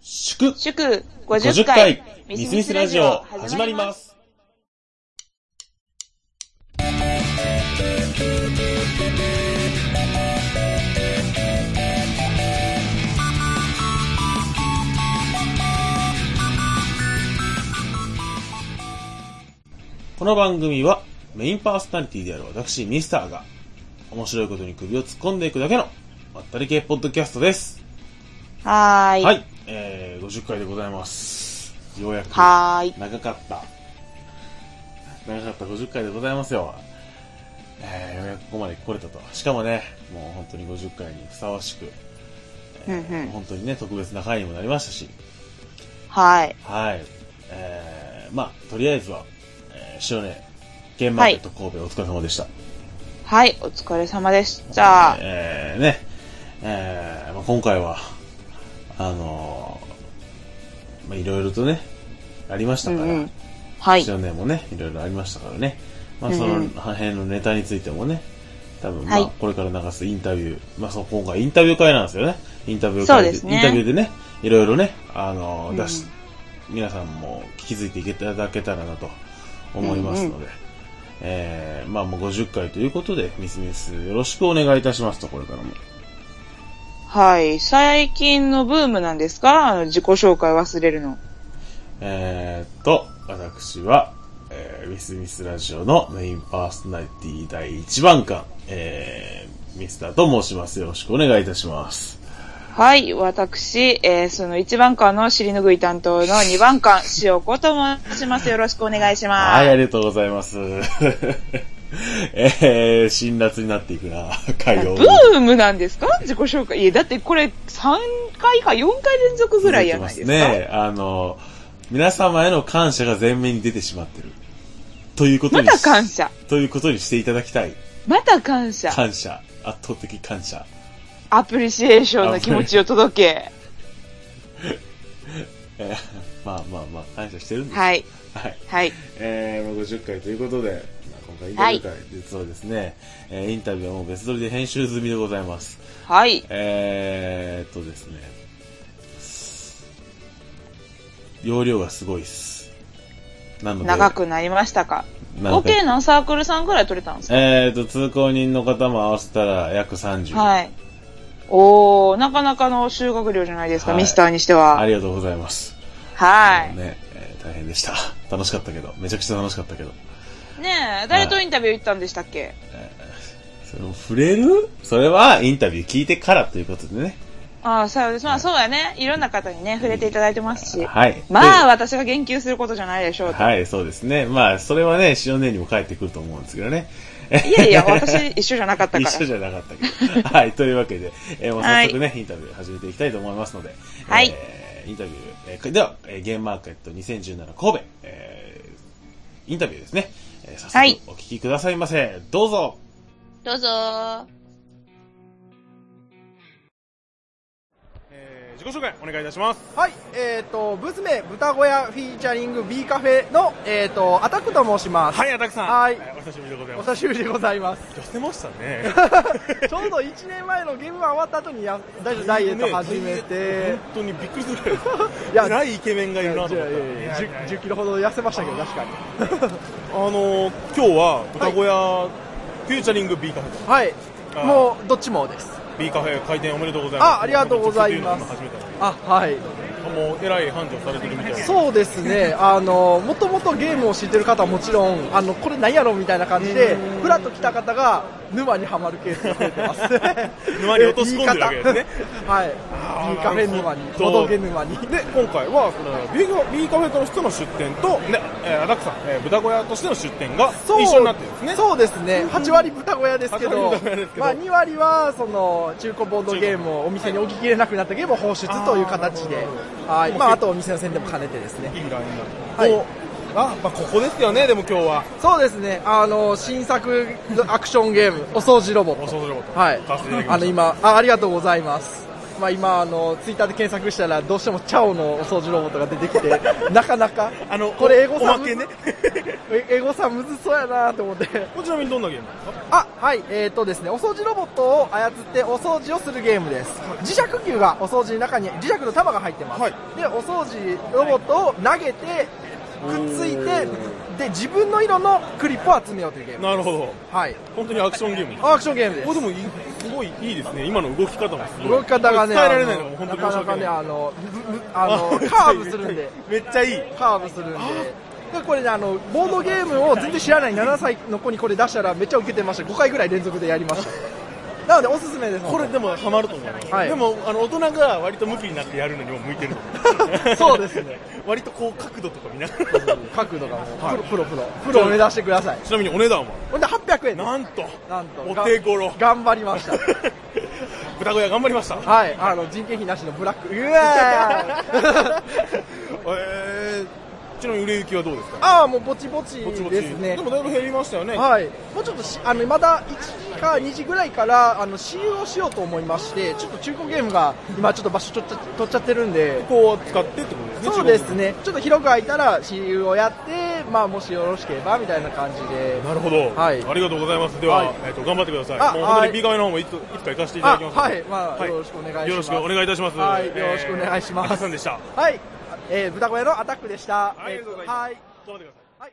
祝祝50 50回回。ミスミスラジオ始まりますす。この番組はメインパーソナリティである私、ミスターが面白いことに首を突っ込んでいくだけのまったり系ポッドキャストです。はーい。はい、えー、50回でございます。ようやく。はーい。長かった。長かった50回でございますよ。えー、ようやくここまで来れたと。しかもね、もう本当に50回にふさわしく、うんうん本当にね、特別な回にもなりましたし、はい。はい。えー、まあ、とりあえずは、えー、塩根、ゲンマーケット神戸、お疲れ様でした。はい。お疲れ様でした。えー、ね、えー、まあ、今回は、あのー、まあ、いろいろとね、ありましたうんから、うん。はい。少年もね、いろいろありましたからね。まあ、うんうんその辺のネタについてもね、多分、まあはい、これから流すインタビュー、まあ、そう今回インタビュー会なんですよね。インタビュー会そうですねインタビューでね、いろいろね、あの、うん出し、皆さんも気づいていただけたらなと思いますので、えー、まあ、もう50回ということで、ミスミスよろしくお願いいたしますと、これからも。はい。最近のブームなんですかあの自己紹介忘れるの。えーっと、私は、えー、ミスミスラジオのメインパーソナリティ第1番館、えー、ミスターと申します。よろしくお願いいたします。はい。私、えー、その1番館の尻拭い担当の2番館、塩子と申します。よろしくお願いします。はい、ありがとうございます。 えー、辛辣になっていくな、会を。ブームなんですか自己紹介。いや、だってこれ3回か4回連続ぐらいやないですか。続いてますね。あの、皆様への感謝が前面に出てしまってる。ということまに、た感謝。ということにしていただきたい。また感謝。感謝。圧倒的感謝。アプリシエーションの気持ちを届け。えー、 まあまあまあ、感謝してるんです。はい。はい。はい。えー、まあ50回ということで、まあ、今回インタビュー会、実はですね、えーインタビューはもう別撮りで編集済みでございます。はい。えーっとですね、容量がすごいっす。なので、長くなりましたか。なん合か計何サークルさんぐらい取れたんですかえーっと、通行人の方も合わせたら約30。はい。おー、なかなかの修学料じゃないですか、はいミスターにしてあは。りがとうございます。はもうね、えー大変でした。 楽しかったけど、めちゃくちゃ楽しかったけど。い。ねえ、誰とインタビュー行ったんでしたっけそれも触れるそれはインタビュー聞いてからということでね。ああ、そうです。まあそうやね。いろんな方にね、触れていただいてますし。はい。まあ私が言及することじゃないでしょうと。はい、そうですね。まあ、それはね、塩姉にも帰ってくると思うんですけどね。いや いや、私一緒じゃなかったか一ら。緒じゃなかったけど。はい、というわけで、えーもうは早い速ね、インタビュー始めていきたいと思いますので、はいえーインタビュー、えーでは、えーゲームマーケット2017神戸、えーインタビューですね。えー早はい速お聞きくださいませ。どうぞどうぞー。自己紹介お願いいたします。はい、えっ、と、ブース名、豚小屋フィーチャリング B カフェの、えっ、と、アタックと申します。い、アタクさんはい お久しぶりでございお。久しぶりでございます。痩せましたね。ちょうど1年前のゲームが終わった後にや、ダイダイエット始めて、当にびっくりするぐらいいや偉いイケメンがいいやいやいやいや 10, 10キロほど痩せましたけど、確かに。あのー今日は豚小屋、フューチャリング B カフェはいあ、ーもう、どっちもです。 B カフェ開店おめでとうございますあありがとうございます初めてあ、はい。もうえらい繁盛されてるみたいな。そうですね、あの、もともとゲームを知ってる方はもちろん、あの、これなんやろみたいな感じで、ふらっと来た方が、沼にはまるケースが増えてます沼に落とし込んでるわけですね言い方。 はい。あー B カフェ沼になる、ほどほどけ沼に。で今回はその B, カフェとしての出店と、ねえー、アダックさん、えー豚小屋としての出店がそう一緒になってるんですねそうですね。8割豚小屋ですけ8ど割豚小屋です、けどまあ2割はその中古ボードゲームをお店に置ききれなくなったゲームを放出という形で、はい。まああとお店の宣伝も兼ねてですね。いいラインナップ、はいこうあまあ、ここですよねでも今日はそうですね。あの新作 アクションゲームお掃除ロボッおト。掃除ロボットはい買わせていただき。ましたあの今あありがとうございます。まあ、今あの、ツイッターで検索したら、どうしてもチャオのお掃除ロボットが出てきて、 なかなか、あのこれ英語さおんまけねえ英語さんむずそうやなと思って。これちなみにどんなゲームなんですかあ、はい、えーとですね、お掃除ロボットを操ってお掃除をするゲームです。磁石球がお掃除の中に、磁石の玉が入ってます。はいで、お掃除ロボットを投げて、くっついて、で、自分の色のクリップを集めようというゲーム。なるほどはい。本当にアクションゲームですアクションゲームですこれ。でもいいすごいいいですね今の動き方もすごい動き方がね、伝えあられないののが本当なに申かしなか訳ね、ないあの、むむあの、カーブするんで。めっちゃいいカーブするんで。でこれね、あの、ボードゲームを全然知らない7歳の子にこれ出したらめっちゃウケてました。5回ぐらい連続でやりました。なのでおすすめです。これでもハマると思います、はいでもあの大人が割と向きになってやるのにも向いてると そ思うですね割とこう角度とか見ながら角度がもう、はプいロプロプロ。プロを目指してください。ちなみにお値段はほんで800円です。なんとなんと。お手頃が頑張りました。 豚小屋頑張りましたはい。あの、人件費なしのブラック。う わーえー、ちなみに売れ行きはどうですかああ、もうぼちぼちぼちぼちですねで。もだいぶ減りましたよね、はい、もうちょっとしあのまだ1時か2時ぐらいからあの私有をしようと思いまして、ちょっと中古ゲームが今、ちょっと場所取っちゃ取っちゃってるんで、こう使ってってことですねそうですね、ちょっと広く空いたら私有をやって、まあ、もしよろしければみたいな感じで、なるほど、はいありがとうございますでは、はいえっと頑張ってくださいあもう本当はにい B カメの方もいついつか行かせていただあきますはい、まあ、はいよろしくお願いします。よろしくお願いいたしますはいえーよろしくお願いします赤さんでしたはい、えー、豚小屋のアタックでした。はいありがとうございますはいちょっと待ってください。はい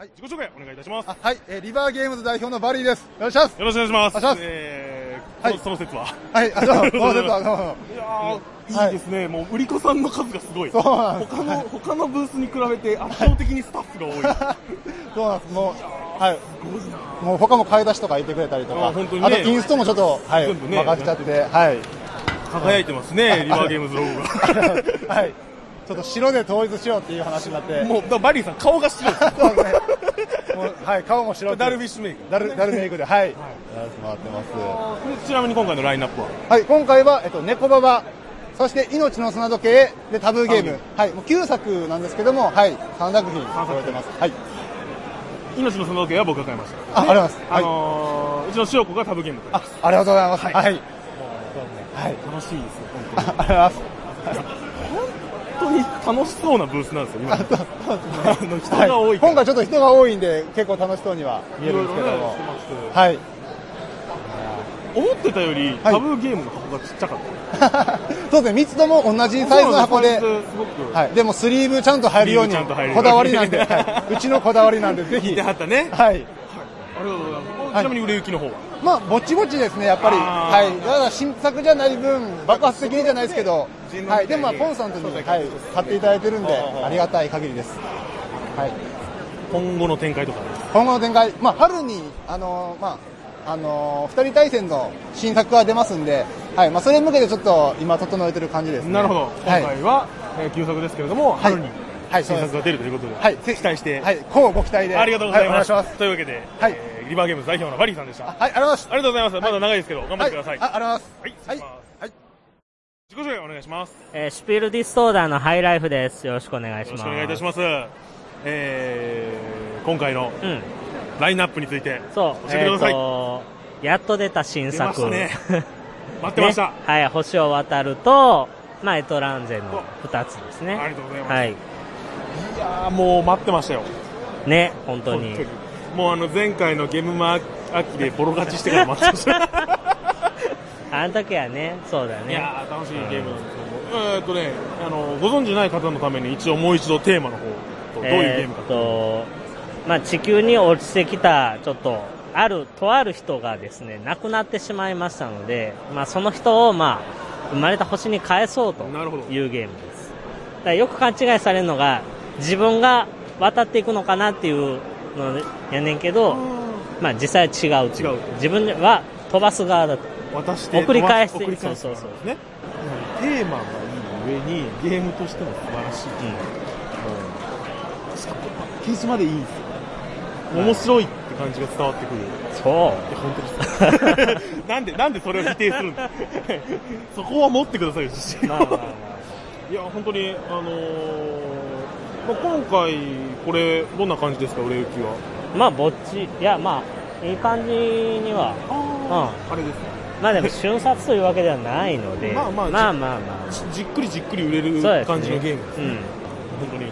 はい自己紹介お願いいたします。あはい、えーリバーゲームズ代表のバリーです。よろしくお願いします。よろしくお願いします。お願いしますえーはいそのその説は。はい、あ、そう、そうですあの、いやはー、いいいですね。もう売り子さんの数がすごい。そうなんです他の他のブースに比べて圧倒的にスタッフ が多い。 そうなんです。もう、はい。もう他も買い出しとかいてくれたりとか、あ本当にねあとインストもちょっと、はい、全部ね任せちゃって、 はい。輝いてますね。リバーゲームズロゴが。はい。ちょっと白で統一しようっていう話になって、もうだからバリーさん顔が白 い。そうですね。もうはい、顔も白くダルビッシュメイク。ダル、ダルメイクで、はい。やらせてもらってまこれちなみに今回のラインナップは。す。はい、今回は、えっと、猫ババ、そして命の砂時計でタブーゲーム。はい、もう9作なんですけども、はい、3作品揃えてます。はい。命のその時計は僕が買いました。あ、あります。あはい。のー、うちの塩子がタブゲーム買いまあ、ありがとうございます。はい。はい。した。楽しいですね。あありがとうございます。本当に楽しそうなブースなんですよ。今。あの 人はいが多いから。今回ちょっと人が多いんで、結構楽しそうには見えるんですけども。はい。思ってたよりタブーゲームの箱がちっちゃかった。そうですね、3つとも同じサイズの箱で。すごく。はい。でもスリーブちゃんと入るように、スリーブちゃんと入るよこうにだわりなんで、はいうちのこだわりなんで、 ぜ聞いひ。てははったね。い。ありがとうございます。はいちなみに売れ行きの方は。まあ、ぼちぼちですね、やっぱり。あはーい。ただ新作じゃない分、爆発的にじゃないですけど、はい。でもまあ、ポンさんとに、はい、買っていただいてるんで、ありがたい限りです。はい。今後の展開とかあります。今後の展開、まあ、春に、あのーまああのー、2人対戦の新作が出ますんで、はいまあ、それに向けてちょっと今、整えてる感じです、ね、なるほど。今はい、回は、えー、休作ですけれども、春にはい、そ新うで作すが出るということで、はい、期待して、はい、こうご期待で、ありがとうございます。はい、お願いしますというわけで、はいえーリバーゲームズ代表のバリーさんでした。ああはい、ありがとうございます、りがとうございます。まだ長いですけど、頑張ってください。はい、あありがとうございます、ははいい失礼しますはい自己紹介お願いします。えーシュピルディストーダーのハイライフです。よろしくお願いしよまろしす。くお願いいたしまます。えー、今回のす。うん。ラインナップについて、そう。教えてくださいえーとやっと出た新出作。ました ね待ってました。ねはい、星を渡ると、まあ、エトランゼの2つですね。ありがとうございます。、はいい。やーもう待ってましたよ。ね、本当本に当。にもうあの前回のゲームマ秋でボロ勝ちしてから待ってました。あの時はね、 そうだいね。やー楽しいゲームなんですけども、えーっとねあのご存じない方のために一応もう一度テーマの方とどういうゲームかえーっと、まあ、地球に落ちてきた、ちょっと、ある、とある人がですね、亡くなってしまいましたので、まあ、その人を、まあ、生まれた星に返そうとなるほどいうゲームです。だからよく勘違いされるのが、自分が渡っていくのかなっていうのやねんけど、まあ、実際は違うとい違う自分は飛ばす側だと。渡して送り返して送り返してそうそうそうねテーマがいい上にゲームとしても素晴らしい、うんケースまでいいんですよ面白いって感じが伝わってくるそう。本当ですなんでなんでそれを否定するんですかそこは持ってくださいよ自信をまあまあまあいや本当にあのーまあ、今回これどんな感じですか売れ行きはまあ、ぼっち、いや、まあ、いい感じには、ああれですね。まあでも瞬殺というわけではないので、まあまあまあまあまあじじっくりじっくり売れるそうですね感じのゲームです、うん。本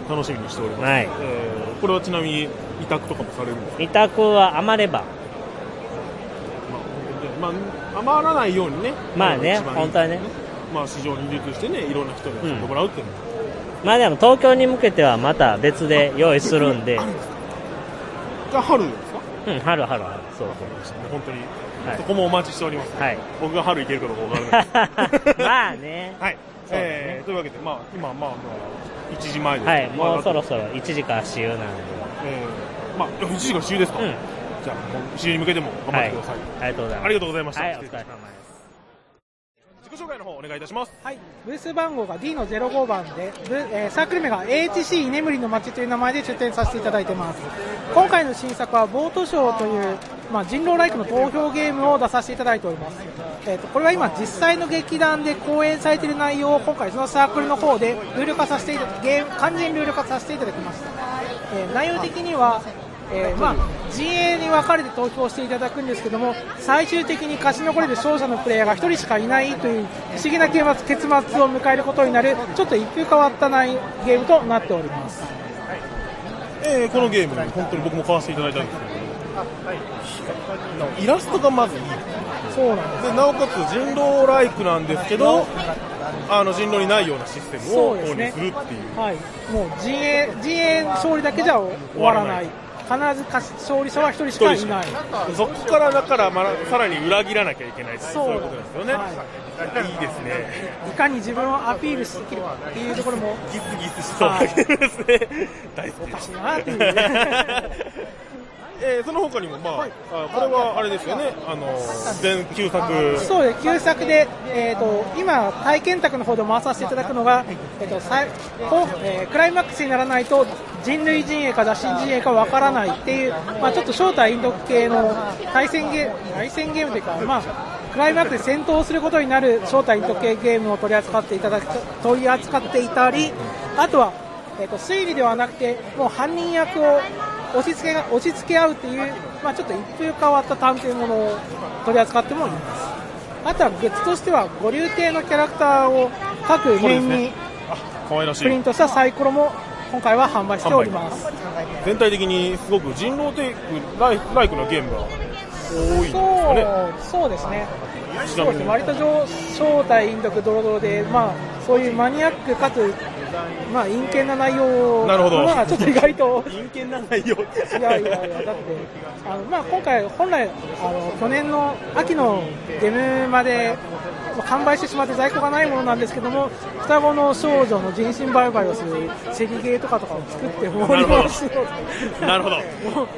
当に楽しみにしております、はいえーこれはちなみに委託とかもされるんです委託は余れば、まあ、余らないようにね、まあねの一番本当はねまあ、市場に流通してね、いろんな人に遊んでもらうっていうのも、まあでも東京に向けてはまた別で用意するんで、あるですかが春ですか、うん、春春春、そうそ本当に、はいそこもお待ちしております、う。はい。僕が春行けるかどうか分からないです まあね。はいそうだねえーというわけで、まあ、今、まあ、まあ1時前です、はい、まあもうそろそろ1時から始有なんで。えーまあ、1時が終了ですか、うん。じゃあ、もう終了に向けても頑張ってください。ありがとうございます。ありがとうございました。はい、お疲失れ礼いたします様で自す。己紹介の方お願いいたします。はい、ブース番号が D の05番で、ブえーサークル名が AHC 居眠りの街という名前で出展させていただいてます今回の新作はボートショーという、まあ、人狼ライクの投票ゲームを出させていただいております、えー、とこれは今実際の劇団で公演されている内容を今回そのサークルの方でルール化させていたゲーム完全にルール化させていただきました、えー内容的には、えーまあ、陣営に分かれて投票していただくんですけども最終的に勝ち残れる勝者のプレイヤーが1人しかいないという不思議な結末結末を迎えることになるちょっと一風変わったないゲームとなっておりますえーこのゲーム、本当に僕も買わせていただいたんですけど、イラストがまずいい。そうなんですでなおかつ人狼ライクなんですけど、あの人狼にないようなシステムをそうで購す入ねするっていう。はい、もう陣営陣営勝利だけじゃ終わらない必ず勝ち勝利者は1人しかいないそこからだから、まあ、さらに裏切らなきゃいけないそうそういうことですよね、い、いですねいかに自分をアピールしてできるかっていうところもギスギスしそうなゲームですね、 大好きおでかすしいなっていう えーその他にも、まああこれはあれですよね、あの全9作、そうです、旧作で、えー、と今、体験卓の方で回させていただくのが、えーとさこうえークライマックスにならないと人類陣営か打新陣営かわからないっていう、まあ、ちょっと正体陰毒系の対戦ゲーム対戦ゲームというか、まあ、クライマックスで戦闘することになる正体陰毒系ゲームを取り扱っていただく取り扱っていたり、あとは、えー、と推理ではなくて、もう犯人役を押し付けが押し付け合うっていう、まあ、ちょっと一風変わった探偵ものを取り扱ってもいます。あとはグッズとしては五流亭のキャラクターを各面に可愛らしプリいン、トしたサイコロも今回は販売しております全体的にすごく人狼テイクライライクなゲームが多いんですそかね、うそうですねちなそうみですにね割と上正体陰毒ドロドロで、まあ、そういうマニアックかつ、まあ、陰険な内容なるほどまあちょっと意外と陰険な内容いやいやいやだってあの、まあ、今回本来あの去年の秋のデムまでまあ完売してしまって在庫がないものなんですけども双子の少女の人身売買をするセリゲーとかとかを作って放なるりほど回しようとなるほど、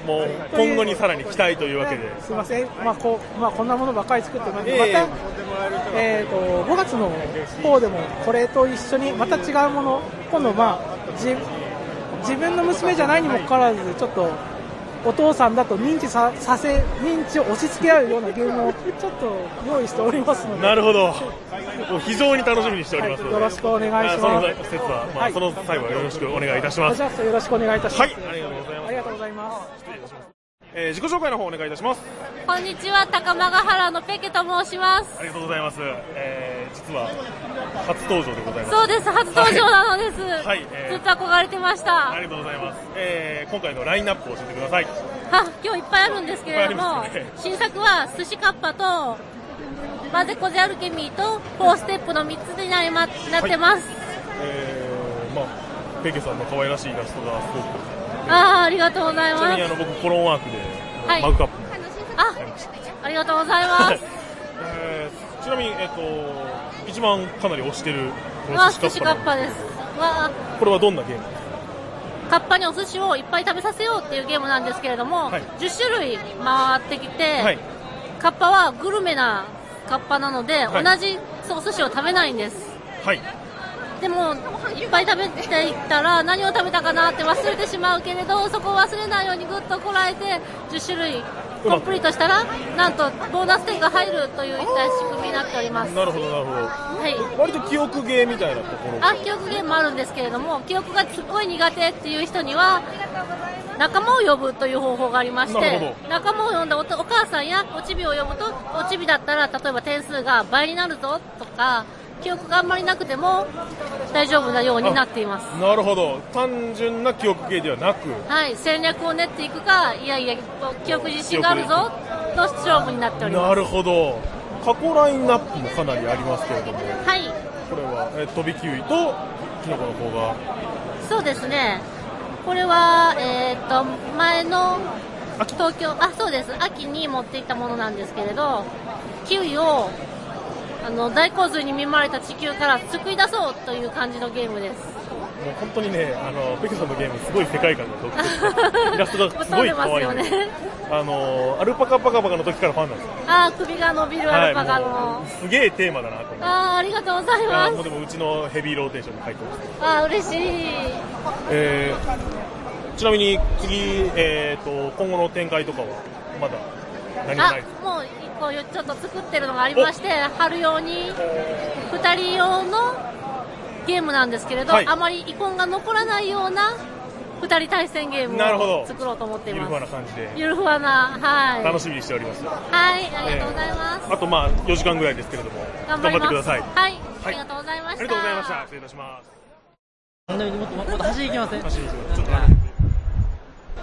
もう今後にさらに期待というわけで、すいません、まあこうまあ、こんなものばっかり作ってます、ええまた、えー、と5月の方でもこれと一緒にまた違うもの今度、まあ、じ自分の娘じゃないにもかかわらずちょっとお父さんだと認知ささせ認知を押し付け合うようなゲームをちょっと用意しておりますのでなるほど、もう非常に楽しみにしておりますので、はいよろしくお願いしますあその説は、まあはいその際はよろしくお願いいたしごま視す。聴よろしくお願いいたします、はい、ありがとうございまあすり。がとうございますえー、自己紹介の方お願いいたします。こんにちは、高間ヶ原のペケと申します。ありがとうございます。えー、実は初登場でございます。そうです、初登場なのです。はいえーずっと憧れてました。ありがとうございます。えー、今回のラインナップを教えてください。あ、今日いっぱいあるんですけれいども、っぱいありま新作は寿司カッパと、混ぜこぜアルケミーと、フォーステップの3つになりま、なってます。えー、まあペケさんの可愛らしいイラストがすごく。あー、ありがとうございちなまみにあす。の僕コロンワークで、はいマグカップもあ、買いました。ありがとうございます。えー、ちなみにえっ、と一番かなり推してるこはの寿寿司司カカッッパパです。わあのこれはどんなゲームですか？カッパにお寿司をいっぱい食べさせようっていうゲームなんですけれども、はい10種類回ってきて、はい。カッパはグルメなカッパなので、はい同じそうお寿司を食べないんですはい。でもいっぱい食べていったら何を食べたかなって忘れてしまうけれどそこを忘れないようにぐっとこらえて10種類コンプリートしたら、なんとボーナス点が入るという一体仕組みになっております。なるほど、なるほど。はい。割と記憶ゲーみたいなところ。あ、記憶ゲームもあるんですけれども、記憶がすっごい苦手っていう人には、仲間を呼ぶという方法がありましなるてほ、仲間を呼んだおお母さんやおちびを呼ぶと、おちびだったら、例えば点数が倍になるぞとか、記憶があんまりなくても大丈夫なようになっています。なるほど。単純な記憶ゲーではなく、はい、戦略を練っていくか、いやいや、記憶自信があるぞの勝負になっておりなます。るほど。過去ラインナップもかなりありますけれども、こはい、れは、え飛びキウイと、キノコの方が、そうですね。これは、えっ、と、前の秋東京、あ、そうです。秋に持っていったものなんですけれど、キウイを、あの、大洪水に見舞われた地球から救い出そうという感じのゲームです。もう本当にね、あの、ペクさんのゲーム、すごい世界観が独特でイラストがすごい可愛いんぶっ飛でんでます よねあの、アルパカパカパカの時からファンなんですよ。あー、首が伸びるアルパカの。はいもうすげえテーマだなと思って。あー、ありがとうございあまーもうす。でもうちのヘビーローテーションに入ってました。あー、嬉しい。えーちなみに次、えー、と今後の展開とかはまだ何もあないです、もう一個ちょっと作ってるのがありまして、春用に、二人用のゲームなんですけれど、はいあまり遺恨が残らないような二人対戦ゲームなるほをど作ろうと思っていゆるまふわなす。感じでゆるふわな、はい。楽しみにしておりましたはい、ありがとうございます。あとまあ4時間ぐらいですけれども頑頑張っ張りまてす。くださいあはい、あはいりがとうございました。りがとうございました失礼いたしますもっともっと走り行きますね。走り行きますちょっと待って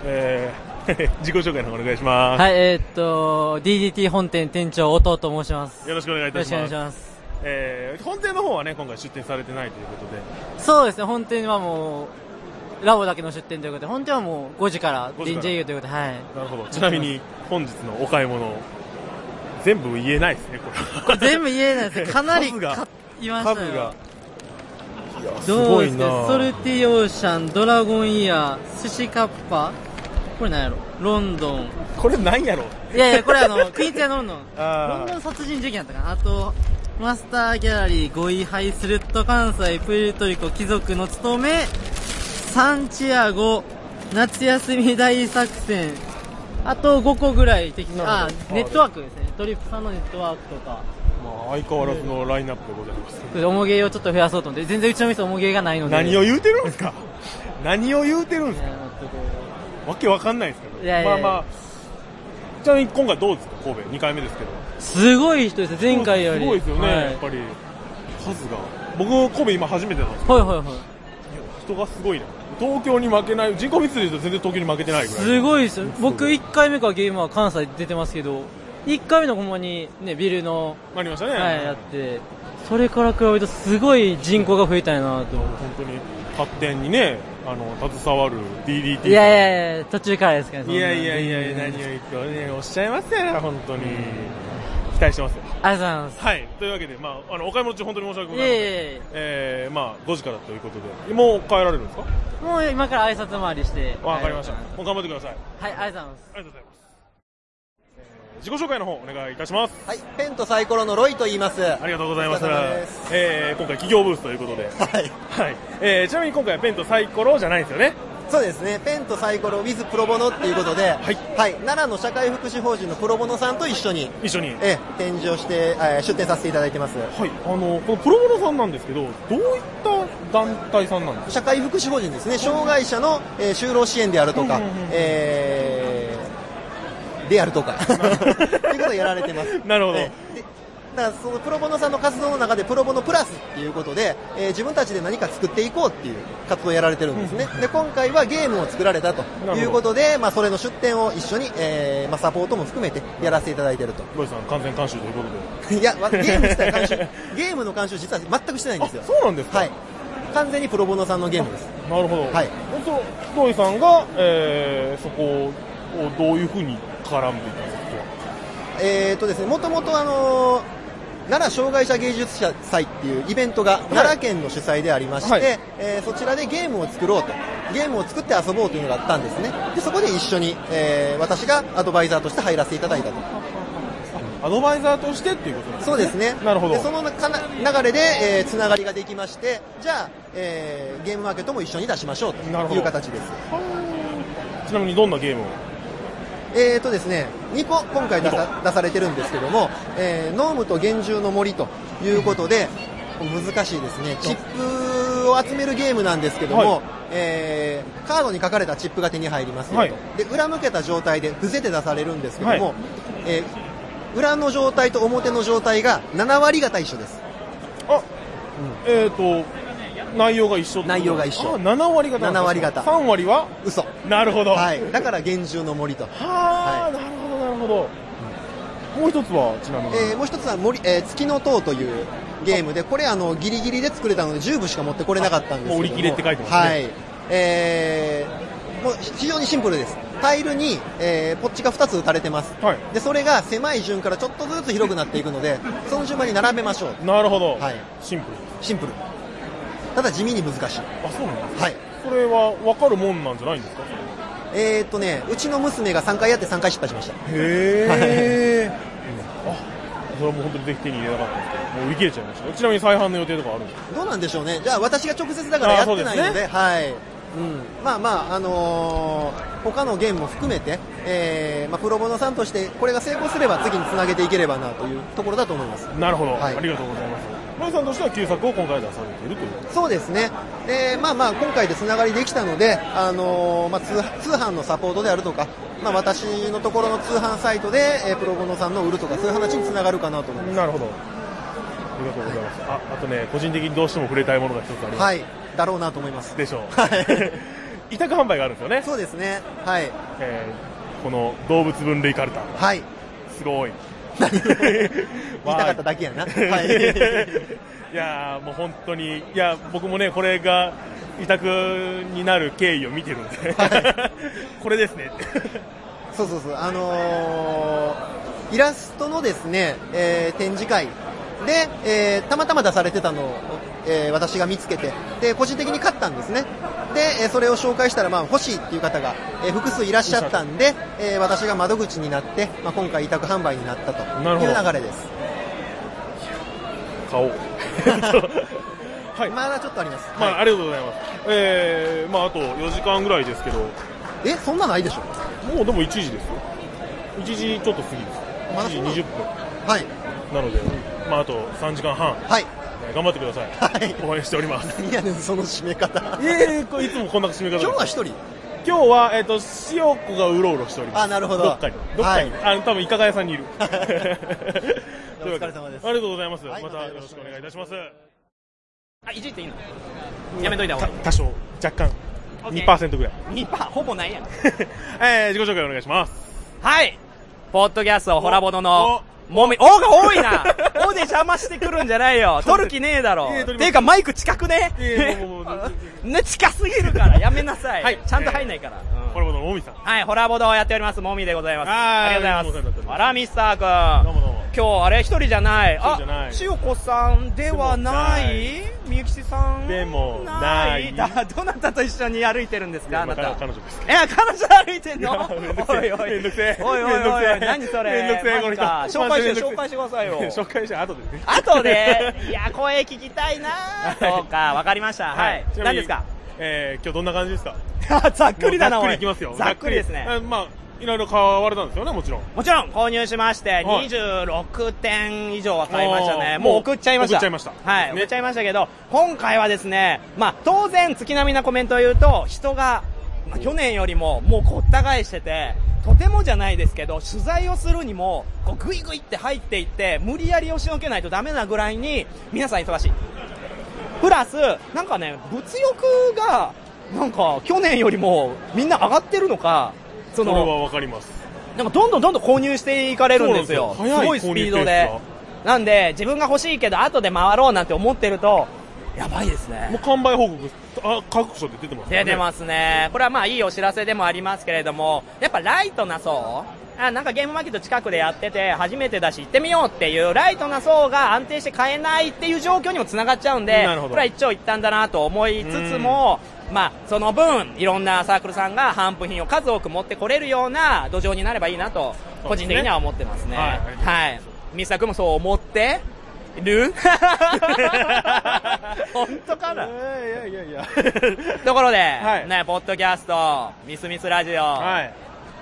えー自己紹介の方お願いします、はい、えーっと、DDT 本店店長、おとうと申します。よよろしくお願いいたろししくお願まいすします。えー本店の方はね今回出店されてないということでそうですね、本店はもう、ラボだけの出店ということで、本店はもう5時から5時臨から時営業ということで、はい。なるほどちなみに本日のお買い物全部言えないですねこれはこれ全部言え ないですね。かなり数が買いましたよ。数がいやすどうごでいすなかソルティオーシャン、ドラゴンイヤー、寿司カッパこれなんやろロンドン。これないやろいやいや、これあの、クイーンズやロンドン。ロ あンドーン殺人事件やったかな。あと、マスターギャラリー、5位ハイスレッド関西、プエルトリコ、貴族の務め、サンチアゴ、夏休み大作戦、あと5個ぐらい適当、なあるほど、ネットワークですね。トリップさんのネットワークとか。まあ、相変わらずのラインナップでございますそれでおもげをちょっと増やそうと思って、全然うちの店おもげがないので。何を言うてるんですか何を言うてるんでいすかやなんかこうわけわかんないですけどいやいやいやまあまあちなみに今回どうですか神戸2回目ですけどすごい人ですね、前回より。すごいですよね、はいやっぱり数が僕神戸今初めてなんですけはいはいはい。ど人がすごいな東京に負けない人口密度で言うと全然東京に負けてないぐらいすいごいですよ。僕1回目からゲームは関西出てますけど、1回目のほんまにね、ビルの、なりましたね、はい、やって、それから比べるとすごい人口が増えたんやなと。本当に発展にねあの携わる DDT いやいやいや、途中からですかね。そんいなやいやいやいや、何を言って、ね、おっしゃいますよ、本当に。期待してますよ。ありがとうございます。はい。というわけで、まあ、あの、お買い物中本当に申し訳ごいざいません。やいやいえー、まあ、5時からということで。もう帰られるんですかや、もう今から挨拶回りして。わかりました。もはう頑張ってください。い、ありがとうございます。ありがとうございます。えー自己紹介の方お願いいたします。はい、ペンとサイコロのロイと言います。ありがとうございますお疲れ様です。えー、今回企業ブースということで。はい、はい。えー、ちなみに今回はペンとサイコロじゃないんですよね。そうですね、ペンとサイコロ with プロボノっていうことで、はい奈良の社会福祉法人のプロボノさんと一緒に、一緒に。えー展示をして、えー出展させていただいてます。はい。あの、このプロモノさんなんですけど、どういった団体さんなんですか社会福祉法人ですね、障害者の、えー就労支援であるとかうんうんうん、えーであるとか、 ということをやられてます。なるほどえーでだからそのプロボノさんの活動の中でプロボノプラスっていうことで、えー自分たちで何か作っていこうっていう活動をやられてるんですね。で、今回はゲームを作られたとどいうことで、まあ、それの出展を一緒に、えーまあ、サポートも含めてやらせていただいてると。ロイさん完全監修ということで。いや、わゲーム自体監 修、ゲームの監修実は全くしてないんですよ。あそうなんですかはい。完全にプロボノさんのゲームです。なるほど。はい本当ロイさんが、えー、そこをどういうふうに絡んでいったんですか。えーとですね、もともとあのー奈良障害者芸術者祭っていうイベントが奈良県の主催でありまして、はいえーそちらでゲームを作ろうと、ゲームを作って遊ぼうというのがあったんですね。で、そこで一緒に、えー私がアドバイザーとして入らせていただいたと。アドバイザーとしてっていうことなんですそうですね。なるほどで、そのかな流れで、えーつながりができまして、じゃあ、えーゲームマーケットも一緒に出しましょうとなるほいどう形です。ちなみにどんなゲームをえーとですね、2個今回出さ出されてるんですけども、えー、ノームと幻獣の森ということで、難しいですね、チップを集めるゲームなんですけども、はいえーカードに書かれたチップが手に入りますよと、はいで裏向けた状態で伏せて出されるんですけども、はいえー裏の状態と表の状態が7割方一緒です。えっ、と、内容が一緒ってこと内容が一緒あ7割方なんだ7割方3割は嘘なるほど。は、はいだから厳重の森と、あ、なるほど、なるほど。もう一つは、ちなみに。えーもう一つは森、えー月の塔というゲームでこれあのギリギリで作れたので10部しか持ってこれなかったんですけどもう売り切れって書いてますねはいえーもう非常にシンプルですタイルに、えーポッチが2つ打たれてますはい。でそれが狭い順からちょっとずつ広くなっていくのでその順番に並べましょうなるほど。はいシンプル。シンプルただ地味に難しいあ、そうなんですかはいそれは分かるもんなんじゃないんですかえー、っとねうちの娘が3回やって3回失敗しましたへえ。あ、それはもう本当にぜひ手に入れなかったんですけど、もう売り切れちゃいました。ちなみに再販の予定とかあるんですかどうなんでしょうね、じゃあ私が直接だからやってないのあそうで、ですねはいうん、まあまあ、あのー他のゲームも含めて、えーまあ、プロボノさんとして、これが成功すれば次につなげていければなというところだと思います。なるほど、はいありがとうございます。村井さんとしては旧作を今回出されているということでそうですねで、まあまあ、今回でつながりできたので、あのーまあ、通通販のサポートであるとか、まあ、私のところの通販サイトで、えープロボノさんの売るとか、そういう話につながるかなと思いますなるほど。ありがとうございます。あ、あとね、個人的にどうしても触れたいものが一つあります。はい、だろうなと思います。でしょう。はい 委託販売があるんですよね。そうですね、はい、えーこの動物分類カルタ。はい、すごい。何 言いわーたかっただけや な。はいやーもう本当に、いや、僕もね、これが委託になる経緯を見てるんで、 これで すね。そうそうそう、あのーイラストのですね、えー展示会で、えーたまたま出されてたのを、えー私が見つけて、で、個人的に買ったんですね。で、えーそれを紹介したら、まあ、欲しいっていう方が、えー複数いらっしゃったんで、えー私が窓口になって、まあ、今回委託販売になったとなるほいどう流れです。買おう。 はい。ままだちょっとあります。あ、ありがとうございます。えー、まあ、あと4時間ぐらいですけど、え、そんなないでしょもうでも1時ですよ。1時ちょっと過ぎです。まだそんな1時20分。はい。なので、まあ、あと3時間半、はい。えー頑張ってください。はい応援しております。何やねん、その締め方。ええこれいつもこんな締め方です今日は一人今日は、えっ、と、塩子がうろうろしております。あなるほどどっかに。どっかに。はあの、多分、いかが屋さんにいる。お疲お疲れ様ですありがとうございます。はいまたよろしくお願いいたします。あ、いじっていいのやめといた方たがいい。多少、若干、 OK 2%ぐらい。 2%ほぼないやん。えー、自己紹介お願いします。はい。ポッドキャスト、ホラボドの、おもみ、おが多いな おで邪魔してくるんじゃないよ取る気ねえだろいえ取りますていうかマイク近くねいえもうもうもうね、 近すぎるから、やめなさい。はいちゃんと入んないから。コラボのもみさん。はい、ホラボドをやっております、もみでございます。はいありがとうございどうもお世話になってまおりす。ますあら、ミスタどうーも君。どうも。今日、あれ、一人じゃない。一人じゃないあ、千代子さんではないみゆきさんでもないだどなたと一緒に歩いてるんですかあまなあた。彼女です。え、彼女歩いてんのいやめんどくおいせえおい。めんどくせえおいおいめんどくせおえい。何それ。めんどくせえこの人マジか紹介して、マジでめん紹どく介してくださいよ。 紹介して後でね。あとで、いや、声聞きたいなそうか、わかりました。はい。ちな何みにですかえー、今日どんな感じですか ざっくりだな、もうおざい。っくりいきますよ。ざっくりですねざ。っくりえーまあ、いろいろ買われたんですよね、もちろん。もちろん購入しまして、はい26点以上は買いましたね。おーもう送っちゃいました。送っちゃいましたはい、ね送っちゃいましたけど、今回はですね、まあ当然月並みなコメントを言うと、人が、まあ去年よりももうごった返してて、とてもじゃないですけど、取材をするにも、こうグイグイって入っていって、無理やり押しのけないとダメなぐらいに、皆さん忙しい。プラス、なんかね、物欲が、なんか去年よりもみんな上がってるのか、そそれの、はわかります。でもどんどんどんどん購入していかれるんですよ。そうなんですよごいスピードで早い購入ペー。なんで、自分が欲しいけど、後で回ろうなんて思ってると、やばいですもうね。完売報告、あ、各所で出てますか出らねて ますね。これはまあいいお知らせでもありますけれども、やっぱライトな層あなんかゲームマーケット近くでやってて、初めてだし行ってみようっていう、ライトな層が安定して買えないっていう状況にも繋がっちゃうんでなるほ、どこれは一長一短だなと思いつつも、まあ、その分、いろんなサークルさんが販布品を数多く持ってこれるような土壌になればいいなと、そう個ですね人的には思ってますね。はいはい。ミサ君もそう思って る本当かないやいやいやいや。 ところで、はいね、ポッドキャスト、ミスミスラジオ、はい。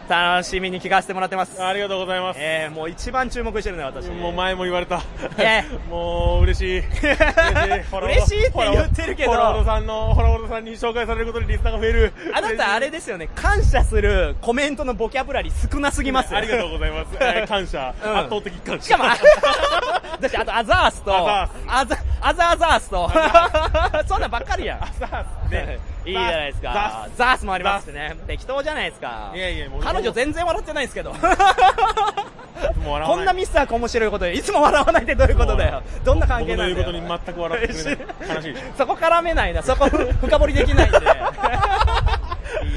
楽しみに聞かせてもらってます。ありがとうございます。えー、もう一番注目してるね、私。もう前も言われた。え もう 嬉しい。嬉しい嬉しいって言ってるけどホラボドさんの、ホラボドさんに紹介されることでリスナーが増える。あなた、あれですよね、感謝するコメントのボキャブラリー少なすぎますよありがとうございます えー感謝うん圧倒的感謝しかも、あ 私、あと、アザースと、アアザアザアザースと、 そんなんばっかりやん。アザースね。いいじゃないですか。ザースもありますしね。適当じゃないですか。いやいや、もう彼女全然笑ってないんです けど。もう笑こわんな。ないミスは面白いことで、いつも笑わないってどういうことだよ。どんな関係なんだよ。僕の言うことに全く笑ってくれない。悲しいでしょ。 そこ絡めないな、そこ深掘りできないんで。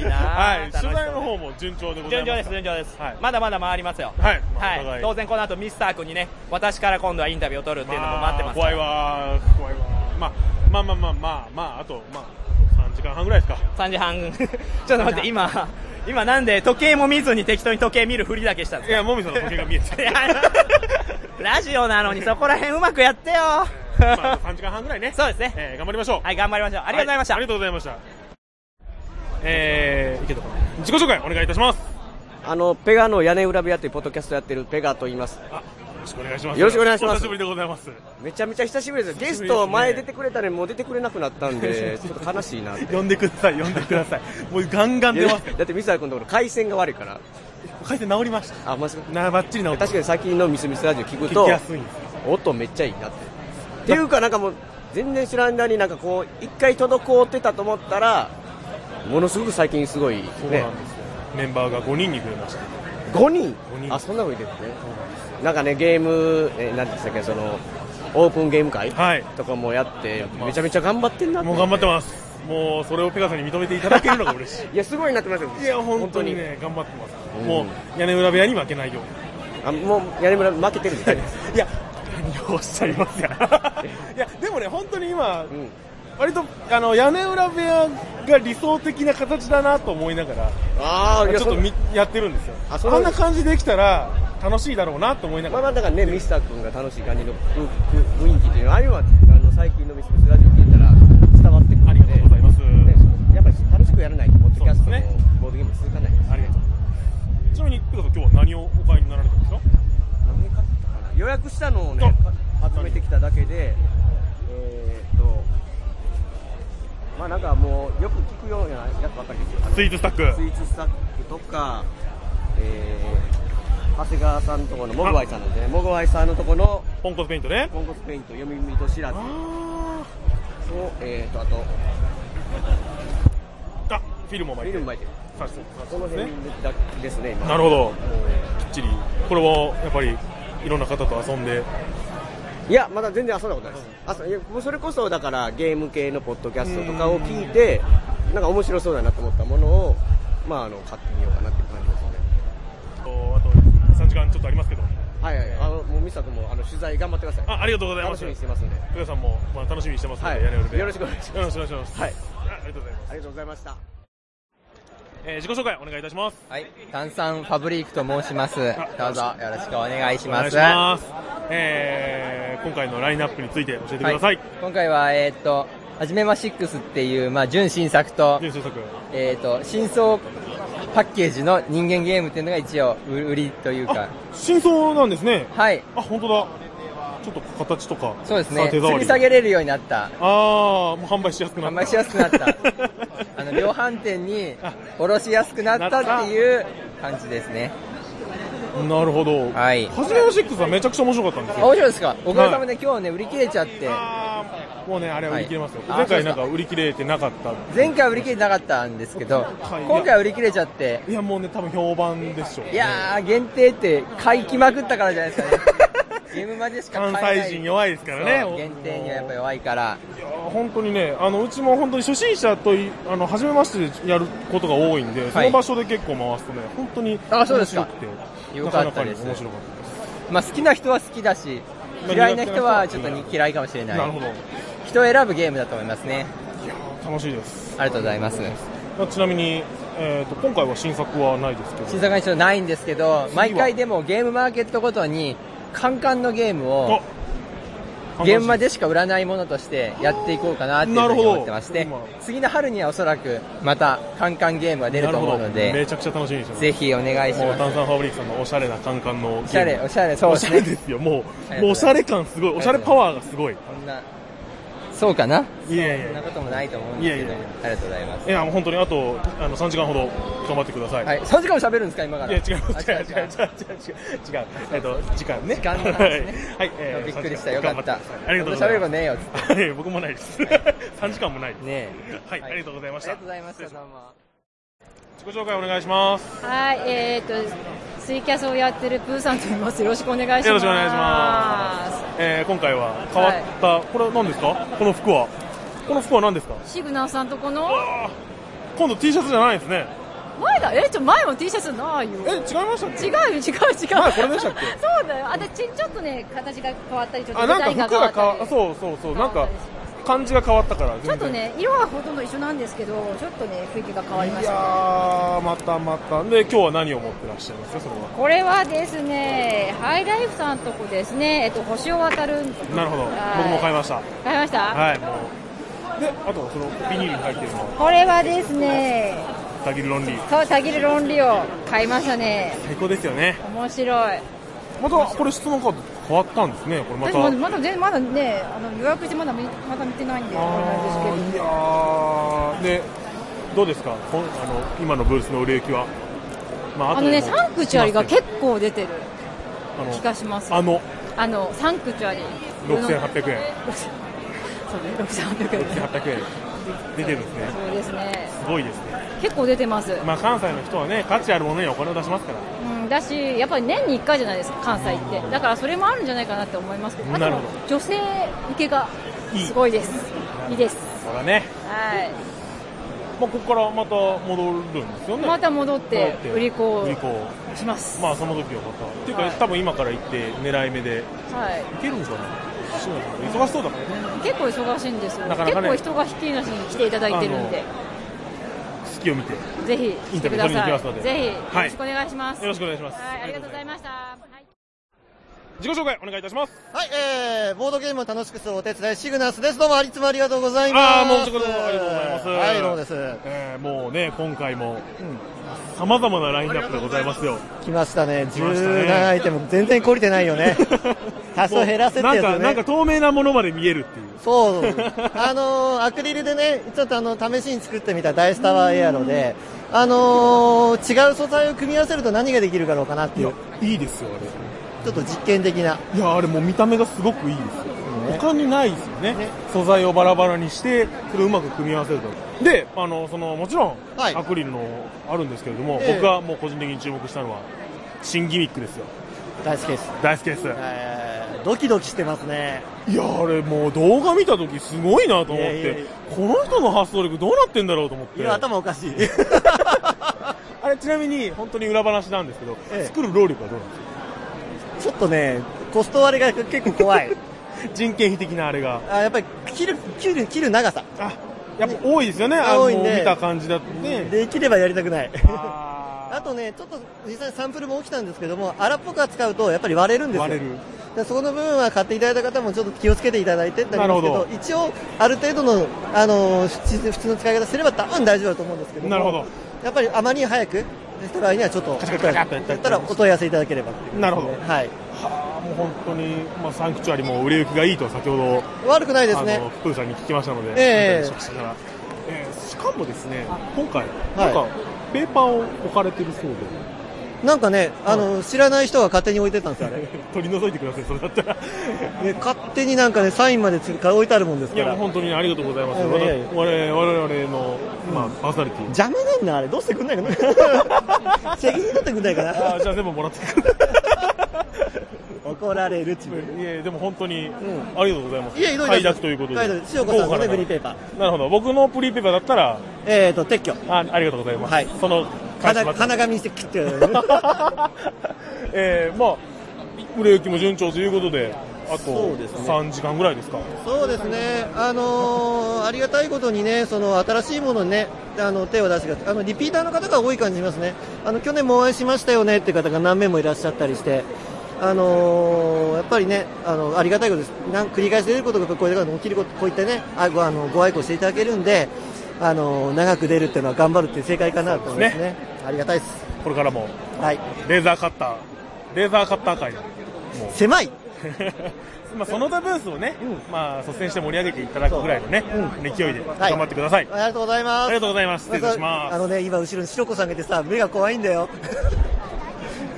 いいなはい、楽しそう取材の方も順調でござい順ます。調です、順調です。まだまだ回りますよ。はいはいお互い当然この後ミスター君にね、私から今度はインタビューを取るっていうのも待ってますか怖ら。いわー、怖いわー。まあ、まあまあまあまあ、まあ、あと、まあ、3時間半ぐらいですか。 3時半。 ちょっと待って、今、今なんで時計も見ずに適当に時計見るふりだけしたんですかいや、もみさんの時計が見えて ラジオなのにそこら辺うまくやってよ。まあ、3時間半ぐらいね。 そうですね。頑張りましょう。はい、頑張りましょう。ありがとうございました。ありがとうございました。えー、いけたかな自己紹介お願いいたします。よあのペガの屋根裏部屋というポッドキャストやってるペガと言います。ろしくお願いします。よろしくお願いします久しぶりでございます。めちゃめちゃ久しぶりです。ゲスト前出てくれたのにもう出てくれなくなったんで、 ちょっと悲しいなって。呼んでください、呼んでください。もうガンガン出ます。だってミスター君のところ回線が悪いから。回線治りました。あ、まじな、ばっちり治確かに最近のミスミスラジオ聞くと聞きやすいんです、音めっちゃいいなって。っていうかなんかもう、全然知らん間になんかこう、一回滞ってたと思ったら、ものすごく最近すごい、そうねな、んですよ。メンバーが5人に増えました。 5人あ、そんなのいてるね。なんかね、ゲーム、えー、なんて言ってたっけ、その、オープンゲーム会とかもやって、めちゃめちゃ頑張ってんなもう頑張ってます。もう、それをペガさんに認めていただけるのが嬉しい。いや、すごいなってますよ。いや、本当にね、頑張ってます。うんもう、屋根裏部屋に負けないように。あもう屋根裏負けてるんですね いや、何をおっしゃいますや。いや、でもね、本当に今、割と、あの、屋根裏部屋が理想的な形だなと思いながら、あーいちょやっとみやってるんですよ。あんな感じできたら、楽しいだろうなと思いながら。まあまあ、だからね、ミスター君が楽しい感じの雰雰囲気っていうのは、ああいうのは、あの、最近のミスミスラジオ聞いたら伝わってくるので。ありがとうございます。ね、そうやっぱり楽しくやらないと、ポッドキャストも、ボードゲーム続かないです、ありがとうちなみに、ペガさん今日は何をお買いになられたんですか予約したのをね、か集めてきただけで、えーっと、まあなんかもう、よく聞くようなやつばっかりですよ。スイーツスタックスイーツスタックとか、えー、長谷川さんのところのモグワイさんのね、モグワイさんのところの、ポンコツペイントね。ポンコツペイント、読み見と知らず。と、えーっと、あと、あ、フィルムを巻いて。フィルム巻いて。さしてさこのして辺ね。だですね、今。なるほど。きっちり。これは、やっぱり、いろんな方と遊んで、いや、まだ全然遊んだことないです。あそいやもうそれこそ、だからゲーム系のポッドキャストとかを聞いて、なんか面白そうだなと思ったものを、まあ、あの買ってみようかなっていう感じですね。とあと3時間ちょっとありますけど。はいはい、あのもうミサ君もあの取材頑張ってください。あありがとうございます楽しみにしてますんで。ペガさんも、まあ、楽しみにしてますので、はい屋根裏部屋よろしくお願いしますよろしくお願いします。はいあありがとうございます。ありがとうございました。えー自己紹介お願いいたします。はい。炭酸ファブリークと申します。どうぞよろしくお願いします。お願いしますえー今回のラインナップについて教えてください。は今回は、えーっと、はじめま6っていう、まあ、純新作と、えーっと、新装パッケージの人間ゲームっていうのが一応売売りというか、真相なんですね。はい。あ、本当だ。ちょっと形とか、そうですね、手触吊りり下げれるようになった。ああ、もう販売しやすくなった。販売しやすくな った。あの、量販店に卸しやすくなったっていう感じですね。なるほど。はい。はじめのシックスはめちゃくちゃ面白かったんですあ、よ。面白いですかおかげさまはで今日ね、売り切れちゃって。いもうね、あれは売り切れますよ。はい前回なんか売り切れてなかった。前回売り切れてなかったんですけど、い今回売り切れちゃって。いや、もうね、多分評判でしょうねいやー、限定って買いきまくったからじゃないですかね。ゲームまでしか買えない。関西人弱いですからねそう限定にはやっぱ弱いから。 本当にね、あのうちも本当に初心者といあの初めましてでやることが多いんで、その場所で結構回すとね、本当にあ面そう白ですかくて、よなかかっなたかでにす面白かったです。まあ好きな人は好きだし、まあ嫌いな人はちょっとに嫌いかもしれない。なるほど。人を選ぶゲームだと思いますね。楽しいです。ありがとうございます。まあちなみに、えー、と今回は新作はないですけど、新作は一応ないんですけど、毎回でもゲームマーケットごとに、カンカンのゲームを、現場でしか売らないものとしてやっていこうかなっていうふうに思ってまして次の春にはおそらくまたカンカンゲームが出ると思うのなるほどめでちゃくちゃ楽しみにしてますぜひお願いしますもう炭酸ファブリックさんのおしゃれなカンカンのおおしゃれおしゃれそうおでしゃすれねですよもあうりがとうございますもうおしゃれ感すごいおしゃれパワーがすごいこんなそうかないやいやそんなこともないと思うんですけどありがとうございますいやもう本当にあとあの3時間ほど頑張ってくださいはい3時間も喋るんですか今からいや違います違う違う違う違う違う違うえっと時間ね時間ですねはいえーびっくりした3時間よかった頑張てくださいありがとうございます喋ることねえよえよ僕もないです 3時間もないですねはいありがとうございましたありがとうございましたどうも自己紹介お願いしますはい、えー、っと、スイキャスをやってるプーさんと言います。よろしくお願いします。よろしくお願いします。えー、今回は変わった、これは何ですかこの服は。この服は何ですかシグナーさんとこの今度 T シャツじゃないんですね。前だ、え、ちょ、前も T シャツないよ。え、違いました違うよ、違う、違う。前これでしたっけそうだよ。あ、で、ちちょっとね、形が変わったり、ちょっとあ、デなんザかインが服変わがっ変たわり。そうそうそう、なんか感じが変わったから、ちょっと全然。ね、色はほとんど一緒なんですけど、ちょっとね、雰囲気が変わりまいしやたね。ー、またまた。で、今日は何を持ってらっしゃいますか、それは。これはですね、ハイライフさんとこですね、えっと、星を渡るんとこなるほど。僕も買いました。買いましたはい、もう。で、あと、そのビニールに入ってるの、これはですね、タギルロンリー。そう、たぎる論理を買いましたね。最高ですよね。面白い。また、これ質問カード変わったんですね、これま私た。まだまだ全まだねあの予約してまだ見まだ見てないんであれなんですけどあーでどうですかこんあの今のブースの売れ行きは、まあ後のでねもサンクチュアリが聞き結構出てるます気けどがしますあのあのサンクチュアリあの6800円そうね6800円6800円出てるんですねそうですねすごいですね結構出てます、まあ関西の人はね価値あるものにはお金を出しますからうん、だしやっぱり年に1回じゃないですか関西ってだからそれもあるんじゃないかなって思いますけどあなとるほ女性受けがすごいですいいですそらねはいまあここからまた戻るんですよねまた戻って売り子を売り子をしますまあその時はまたっていうか、はい多分今から行って狙い目ではいいけるんかなそうなの忙しそうだからね結構忙しいんですよなかなかね結構人がひっきりなしに来ていただいてるんで隙を見てぜひインタ来ビてくューだ取りに行きさいますのでぜひよはろいしくお願いします、よろしくお願いしますはいありがとうございましたはい自己紹介お願いいたしますはい、えー、ボードゲームを楽しくするお手伝い、シグナスです。どうも、いつもありがとうございます。ああ、もうちょこちょこありがとうございます。はい、どうもです。えー、もうね、今回も、さまざまなラインナップでございますよ。来ましたね、ましたね17アイテム、全然懲りて ないよね。多少減らせってやつなんよか、なんね。か透明なものまで見えるっていう。そう、あのーアクリルでね、ちょっとあの、試しに作ってみたダイスタワーエアロで、あのー違う素材を組み合わせると何ができるだろうかなっていう。いいですよ、あれ。ちょっと実験的な。いや、あれもう見た目がすごくいいですよ。他にないですよね素材をバラバラにして、それをうまく組み合わせると。で、あの、その、もちろん、アクリルのあるんですけれども、ええ僕がもう個人的に注目したのは、新ギミックですよ。大好きです。大好きです。ドキドキしてますね。いやあれもう動画見た時すごいなと思っていやいやいやこの人の発想力どうなってんだろうと思っていや、頭おかしい。あれちなみに本当に裏話なんですけど、ええ作る労力はどうなんですかちょっとね、コスト割れが結構怖い。 人件費的なあれがあやっぱり切る、切る、切る長さ。あ、やっぱ多いですよねあの多いんで。見た感じだとねできればやりたく ない。あとね、ちょっと実際サンプルも起きたんですけども、荒っぽく扱うとやっぱり割れるんですよ。割れるでそこの部分は買っていただいた方もちょっと気をつけていただいてってなりますけなるど、ほ一応ある程度の、あの、普通の使い方すれば多分大丈夫だと思うんですけどもなるほど。やっぱりあまりに早く、した場合にはちょっと、カチャカチャカチャってやったりやったらお問い合わせいただければっていうなるほどはい。もう本当に、まあ、サンクチュアリも売れ行きがいいと先ほど悪くないですねあのプーさんに聞きましたので、ええインタビューしましたからええしかもですね今回なんかペーパーを置かれてるそうでなんかね、あの、知らない人が勝手に置いてたんですよ、あれ。 取り除いてくださいそれだったらね、勝手になんかね、サインまでつ置いてあるもんですいかやら。本当にありがとうございます。いやいやいや我々我々のまあパーソナリティ。邪魔なんだ、あれ。どうしてくんないかな。 責任取ってくんないかな。あーじゃあ全部もらってくる。怒られるちいやいやでも本当にありがとうございます。いえいえどういたしま快す諾ということで。快諾塩子さんのね豪華なフリーペーパなるほど。僕のプリーペーパーだったらえっと撤去。あありがとうございます。その返し鼻ます鼻紙にして切って。 えーまあ売れ行きも順調ということであそうとですね三時間ぐらいですか。そうですね、あのーありがたいことにね、その新しいものにね、あの手を出してくださいあのリピーターの方が多い感じしますね、あの去年もお会いしましたよねって方が何名もいらっしゃったりして、あのーやっぱりね、あのありがたいことです、なん繰り返し出ることがこれから起きること、こういったね、あごあのご愛顧していただけるんで、あのー長く出るっていうのは頑張るっていう正解かなと思いますね。ありがたいです。これからも、はい、レーザーカッター、レーザーカッター界だ。狭いまあその他ブースをね、まあ率先して盛り上げていただくぐらいのね、勢いで頑張って ください。ありがとうございます。ありがとうございます失礼いたしますあのね、今後ろに白子さんがいてさ、目が怖いんだよ。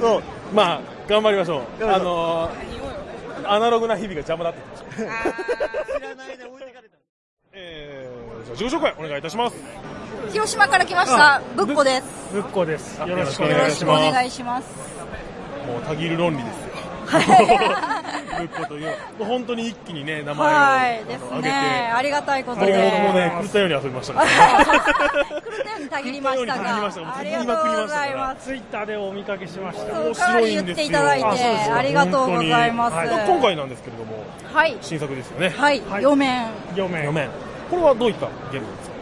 そう。まあ、頑張りましょう。あのーアナログな日々が邪魔だって言ってま した。じゃあ自己紹介お願いいたします。広島から来ました、ぶっこです。ぶっこです。よろしくおよろ願いししくおます。願いします。もうたぎる論理ですよ。 ぶっこというもう本当に一気にね名は前い、をですあの上げね。て。ありがたいことで。もうもうね、狂ったように遊びましたから、来るようにたぎりましたが。狂ったようにたぎりましたがありがとうございます。ツイッターでお見かけしました。そうかなり言っていただいて面白んですよありがとうございます本当にはい今回なんですけれども、はい。新作ですよね。はい、4面。 4面。4面。これはどういったゲームですか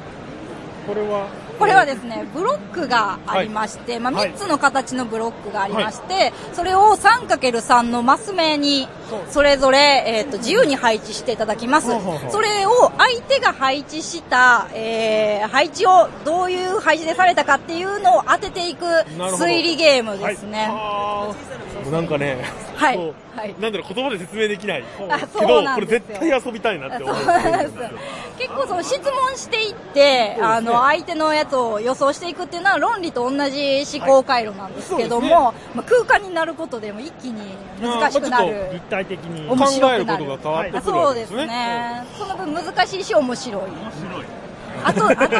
これはこれはですね、ブロックがありまして、まあ、はい3つの形のブロックがありまして、それを 3×3 のマス目に、それぞれ、えー、と自由に配置していただきますほうほうほ。うそれを相手が配置した、えー配置をどういう配置でされたかっていうのを当てていくほど推理ゲームですね。もうなんかね、はいこうはいなんだろう、言葉で説明できないあけそうど、なこんれですよ絶対遊びたいなって思う。そうなんです結構その質問していって、そうですねあの相手のやつを予想していくっていうのは論理と同じ思考回路なんですけども、はいまあ、空間になることでも一気に難しくなる。立体的に面白くな考えるることが変わってあくるわそうけでですすね。ね。その分難しいし面白い。あと、あと、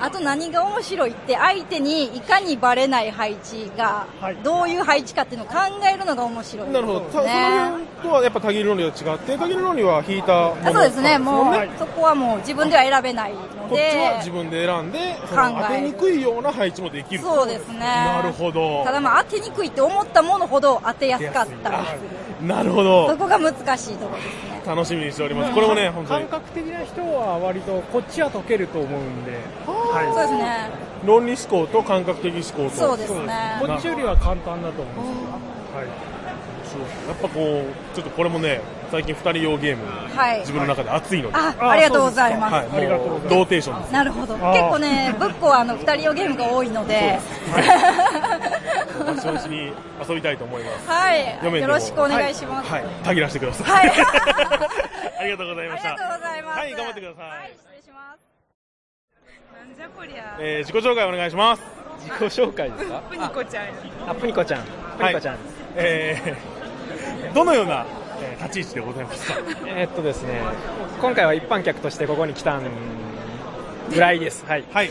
あと何が面白いって相手にいかにバレない配置が、どういう配置かっていうのを考えるのが面白い、なるほど、たそねの辺とはやっぱたぎる論理は違って、たぎる論理は引いたものあそうですね、もう、はいそこはもう自分では選べないのこっちはで自、分で選んで、考そえのる当てにくいような配置もできる。そうですねなるほど。ただまあ当てにくいって思ったものほど当てやすかったりするなるほそど。こが難しいところですね。楽しみにしております。これもね、本当に感。覚的な人は割とこっちは解けると思うんで。はいそうですね。論理思考と感覚的思考と。そうですねこっちよりは簡単だと思うんですよ。はい。そうやっぱこう、ちょっとこれもね、最近二人用ゲーム、はい自分の中で熱いので。あありがとうございますはい、ありがとうございもうますローテーションです。なるほど。結あー構ね、ぶっこはあの二人用ゲームが多いので、初日に遊びたいと思います。はい読めてもよろしくお願いしますはい、たぎらしてください。 ありがとうございました。ございます。はい、頑張ってください。はい、失礼します。なんじゃこりゃ。えー、自己紹介お願いします。自己紹介ですかプニコちゃん。あ、プニコちゃん。プニコちゃん。えー、どのような、えー立ち位置でございますかえーっとですね、今回は一般客としてここに来たんぐらいです。はい。はい。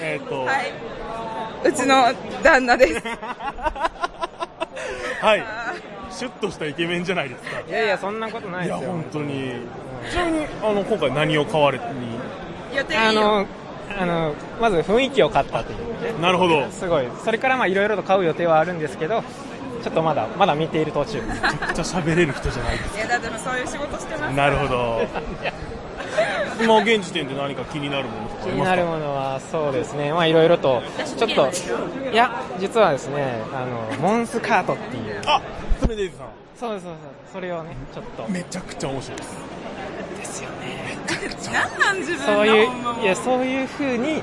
えーっと、はい。うちの旦那 です。はい。シュッとしたイケメンじゃないですか。いやいや、そんなことないいでや、すよ。本当に。ちなみに、あの、今回何を買われにあの、あの、まず雰囲気を買ったという、なるほど。すごい。それからまあいろいろと買う予定はあるんですけど、ちょっとまだ、まだ見ている途 中。めちゃくちゃ喋れる人じゃないですいや、だってもそういう仕事してます。なるほど。今、現時点で何か気になるものとかあ気りにますなかるものはそうですね、まあいろいろと、ちょっと、いや、実はですね、あの、モンスカートっていう、あそれデイズさん。そうですそうですそれをね、ちょっと。めちゃくちゃ面白いです。ですよね。なんなん自分のそういうほんま、もういや、そういう風に、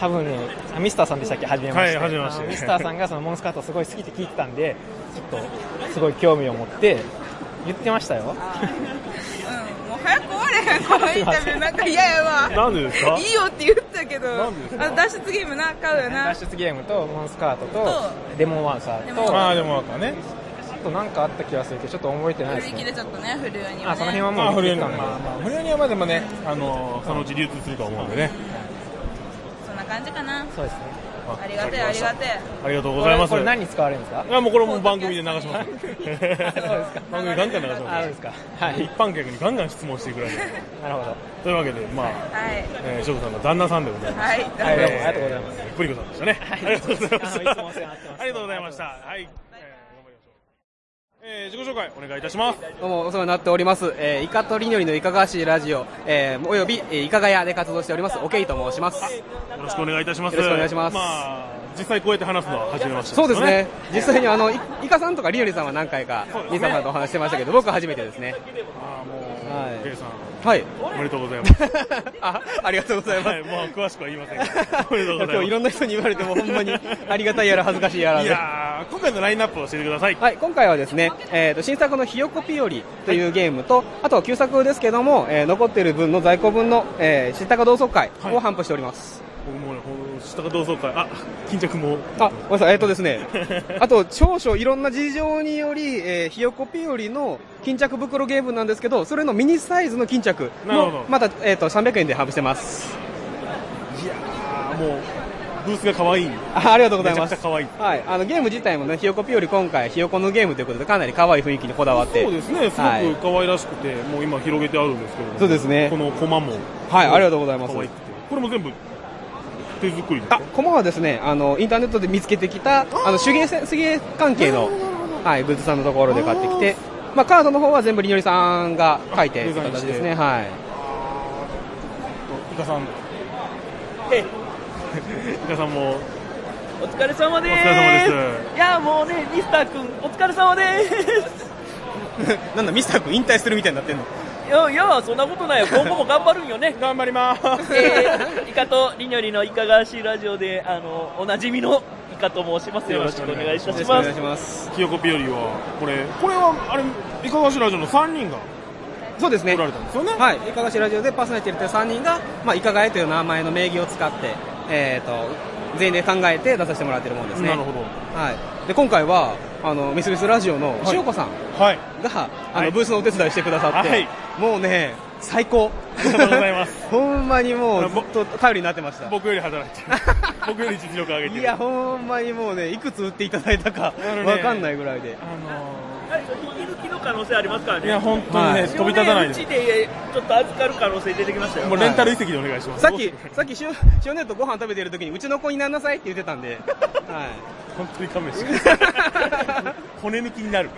多分ね、あミスターさんでしたっけ、初めまして。はい初めましてあのミスターさんがそのモンスカートすごい好きって聞いてたんで、ちょっと、すごい興味を持って、言ってましたよ。早く終われへん、このインタビュー。なんか嫌やわ。なんでですかいいよって言ったけど、なんでですかあの脱出ゲームな、買うよな。脱出ゲームと、モンスカートと、デモンワンサーデモンと、ワンサーあーデモンワンサーね。あとなんかあった気がするけど、ちょっと覚えてないで売すり切ね。れちゃったね、フルアには、ね。あ、その辺はまもあうフ見ルてアたんで。まあまあフルアにはまだまね、あの、そのうち流通すると思うんでね。そんな感じかな。そうですね。ありがてえ、ありがてえ。ありがとうございます。これこれ何に使われるんですかいや、もうこれもう番組で流します。番組でガンガン流します。あそうですかはい一般客にガンガン質問していくらいで。なるほど。というわけで、まあ、はい。えー、翔子さんの旦那さんでございます。はいはいどうもありがとうございます。プリコさんでしたね。ありがとうございまあのした。いつもお世話になってますありがとうございました。はい。えー、自己紹介お願いいたします。どうもお世話になっております、えー、イカとりのりのいかがわしいラジオ、えー、および、えー、いかがやで活動しておりますおけいと申しますよろしくお願いいたします。よろしくお願いしますまあ、実際こうやって話すのは初めまして、そうですね、実際にあのいイカさんとかリオリさんは何回か、兄さんとお話してましたけど、僕は初めてですね。はいリオリさんはい、おめでとうございます あありがとうございます、はい、もう詳しくは言いませんがおめでとうございます今日いろんな人に言われても、ほんまにありがたいやら恥ずかしいやらいでやー今回のラインナップを教えてくださいはい、今回はですね、えー、と新作のひよこぴよりというゲームと、あとは旧作ですけども、えー残っている分の在庫分の、えー、知ったか同窓会を販布しております。 僕もねほん下が同窓会あ巾着もあ、ごめんなさい、えっ、とですね、あと少々いろんな事情により、えーひよこぴよりの巾着袋ゲームなんですけど、それのミニサイズの巾着なるほども、また、えー、と300円で販布してます。いやーもうブースが可愛いあありがとうございます。めちゃくちゃ可愛いはい、あのゲーム自体もね、ひよこぴより今回、ひよこのゲームということで、かなり可愛い雰囲気にこだわって。そうですねすはいごく可愛らしくて、もう今広げてあるんですけれどもそうですねこのコマもはい、ありがとうございます可。愛くてこれも全部手作りですあ、コマはですね、あの、インターネットで見つけてきた、あの、手芸せ、手芸関係の、はい、ブーツさんのところで買ってきて、まあ、カードの方は全部りのりさんが書いてデるザイン形してですね、はい。イカさんえイカさんも お疲れ様ですお疲れ様いやもうねミスター君お疲れ様ですなんだ、ミスター君引退するみたいになってんのいやいやそんなことないよ今後も頑張るんよね、頑張りますえーイカとりにょりのいかがわしいラジオであのおなじみのイカと申します よろしくお願いいたしますますひよこぴよりはこれこれはあれいかがわしラジオの3人がそうですね。来られたんですよねはい、いかがしラジオでパーソナリティという3人が、まあ、いかがえという名前の名義を使って、えっ、と、全員で考えて出させてもらってるものですね。なるほどはい。で、今回は、あの、ミスミスラジオの塩子さんが、あの、ブースのお手伝いしてくださって、はいもうね、最高。ありがとうございます。ほんまにもう、ずっと頼りになってました。僕より働いてる僕より実力上げてるいや、ほんまにもうね、いくつ売っていただいたか、るねわかんないぐらいで。引き抜きの可能性ありますからねいや本当にね飛び立たないですうちでちょっと預かる可能性出てきましたよもうレンタル移籍でお願いしますさっき、さっき塩、塩ネとご飯食べてる時に、うちの子になりなさいって言ってたんで、はい。本当に勘弁して 骨抜きになる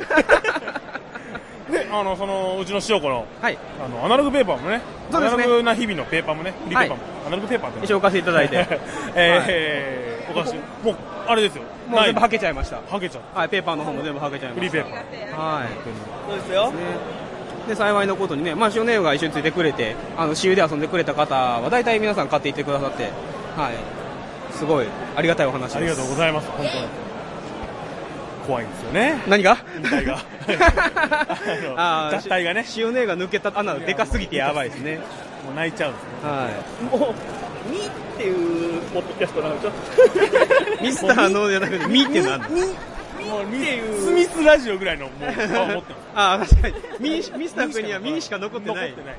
であのそのうちの塩子の,、あのアナログペーパーもねそうですねアナログな日々のペーパーもねフリーペーパーも、アナログペーパーって一緒に置かせていただいて えーお菓子もうあれですよもう全部ははけちゃいました。はけちゃった。はい、ペーパーの方も全部はけちゃいました。フリーペーパはい。そうですよで、幸いのことにね、まあ、塩ネが一緒についてくれて、あの、私有で遊んでくれた方は、大体皆さん買っていってくださって、はい。すごい、ありがたいお話です。ありがとうございます本当に怖いんですよね何が引退が あ脱退がね塩ネが抜けた穴でかすぎてやばいですね。もう泣いちゃうんですねはい。もう「み」っていうポッドキャストなんでしょミスターのじゃなくて、ミってなんだもう見ていうスミスラジオぐらいのもう顔持ってますああ、確かに。ミミスター君にはミしか残ってない。残ってない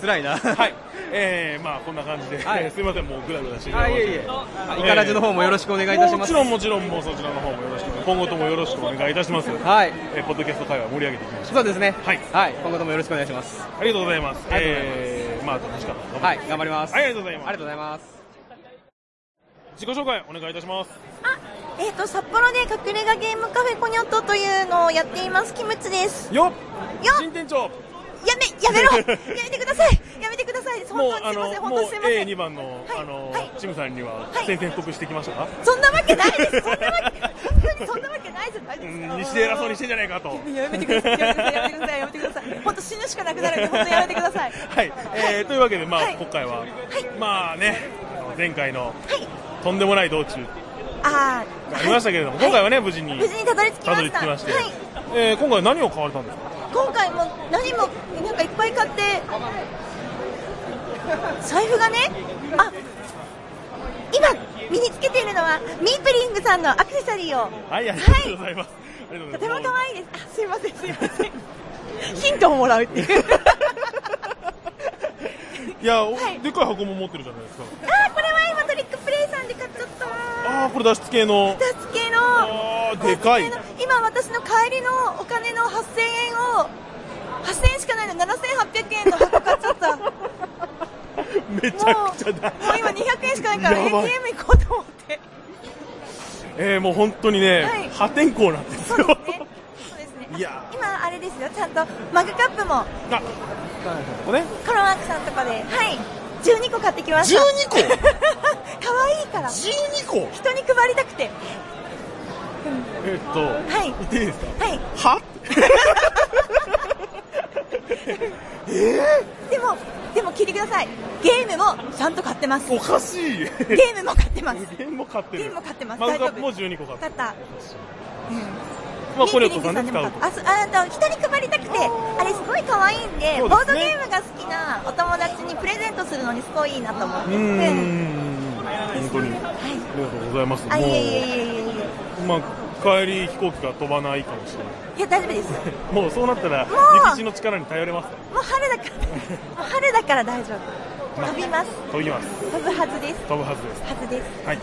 辛いな。 はいえー、まあこんな感じで、はいすいませんもうぐだぐだしてあいえいえあイカラジの方もよろしくお願いいたしますもちろんもちろんもうそちらの方もよろしく今後ともよろしくお願いいたしますはい、えーポッドキャスト会話盛り上げていきましょうそうですね。はい。はい。今後ともよろしくお願いします。ありがとうございますありがとうございますえー、まあ楽しかったはい、頑張ります。はいありがとうございますありがとうございます。自己紹介お願いいたしますえっ、と札幌で隠れ家ゲームカフェコニョットというのをやっていますキムツです。よっよっ新店長やめや めろやめてくださいやめてください本当にすいません本も当うにすいません A2 番の、あの、チムさんにははい宣戦布告してきましたか、そんなわけないですそんなわけそんなわけないじゃないですか西で偉そうにしてんじゃないかとやめてくださいやめてくださいやめてくださいやめてください本当死ぬしかなくなるんで本当やめてください はい、えー、というわけで、まあ、今回は、まあね、あの前回の、とんでもない道中あがありましたけれども、今回はね、無事にー無事にたどり着きたまどしりた着きまして、はいえー今回何を買われたんですか今回も何もなんかいっぱい買って財布がねあ今身につけているのはミープリングさんのアクセサリーをはい、ありがとうございます。ありがととうござていもます。可愛いですあすいませんすいません ヒントをもらうっていういや、おでっかい箱も持ってるじゃないですか。あーこれは今トリックプレイさんで買っちゃったああ、これ脱出系の、脱系のあでかい。今私の帰りのお金の8000円を8000円しかないの7800円の箱買っちゃったもう めちゃくちゃだ。今200円しかないからやばい ATM 行こうと思ってえー、もう本当にね、はい破天荒なんですよ。いや今あれですよちゃんとマグカップもこれね、コロワークさんとかではい12個買ってきました12個 可愛いから12個人に配りたくて。えっと、はい言ってい いですかはい。はでも、でも聞いてください。ゲームもちゃんと買ってます。おかしいゲームも買ってます。ゲームも買ってる。ゲームも買ってます。漫大丈画夫。も12個買って買った。まあ、コネコさんで使う。あ、そああと人に配りたくて、あれすごい可愛いんでそうですねボードゲームが好きなお友達にプレゼントするのにすごいいいなと思って。ううんん。本当に。ありがとうございます。あ、いえいえいもえいえいえ。う、まあ、帰り飛行機が飛ばないかもしれない。いや、大丈夫です。ももうそうなったら、もう陸地の力に頼れます。う春だから、もう春だから大丈夫。まあ飛びます。飛びます。飛ぶはずです。飛ぶはずです。はずです。はい。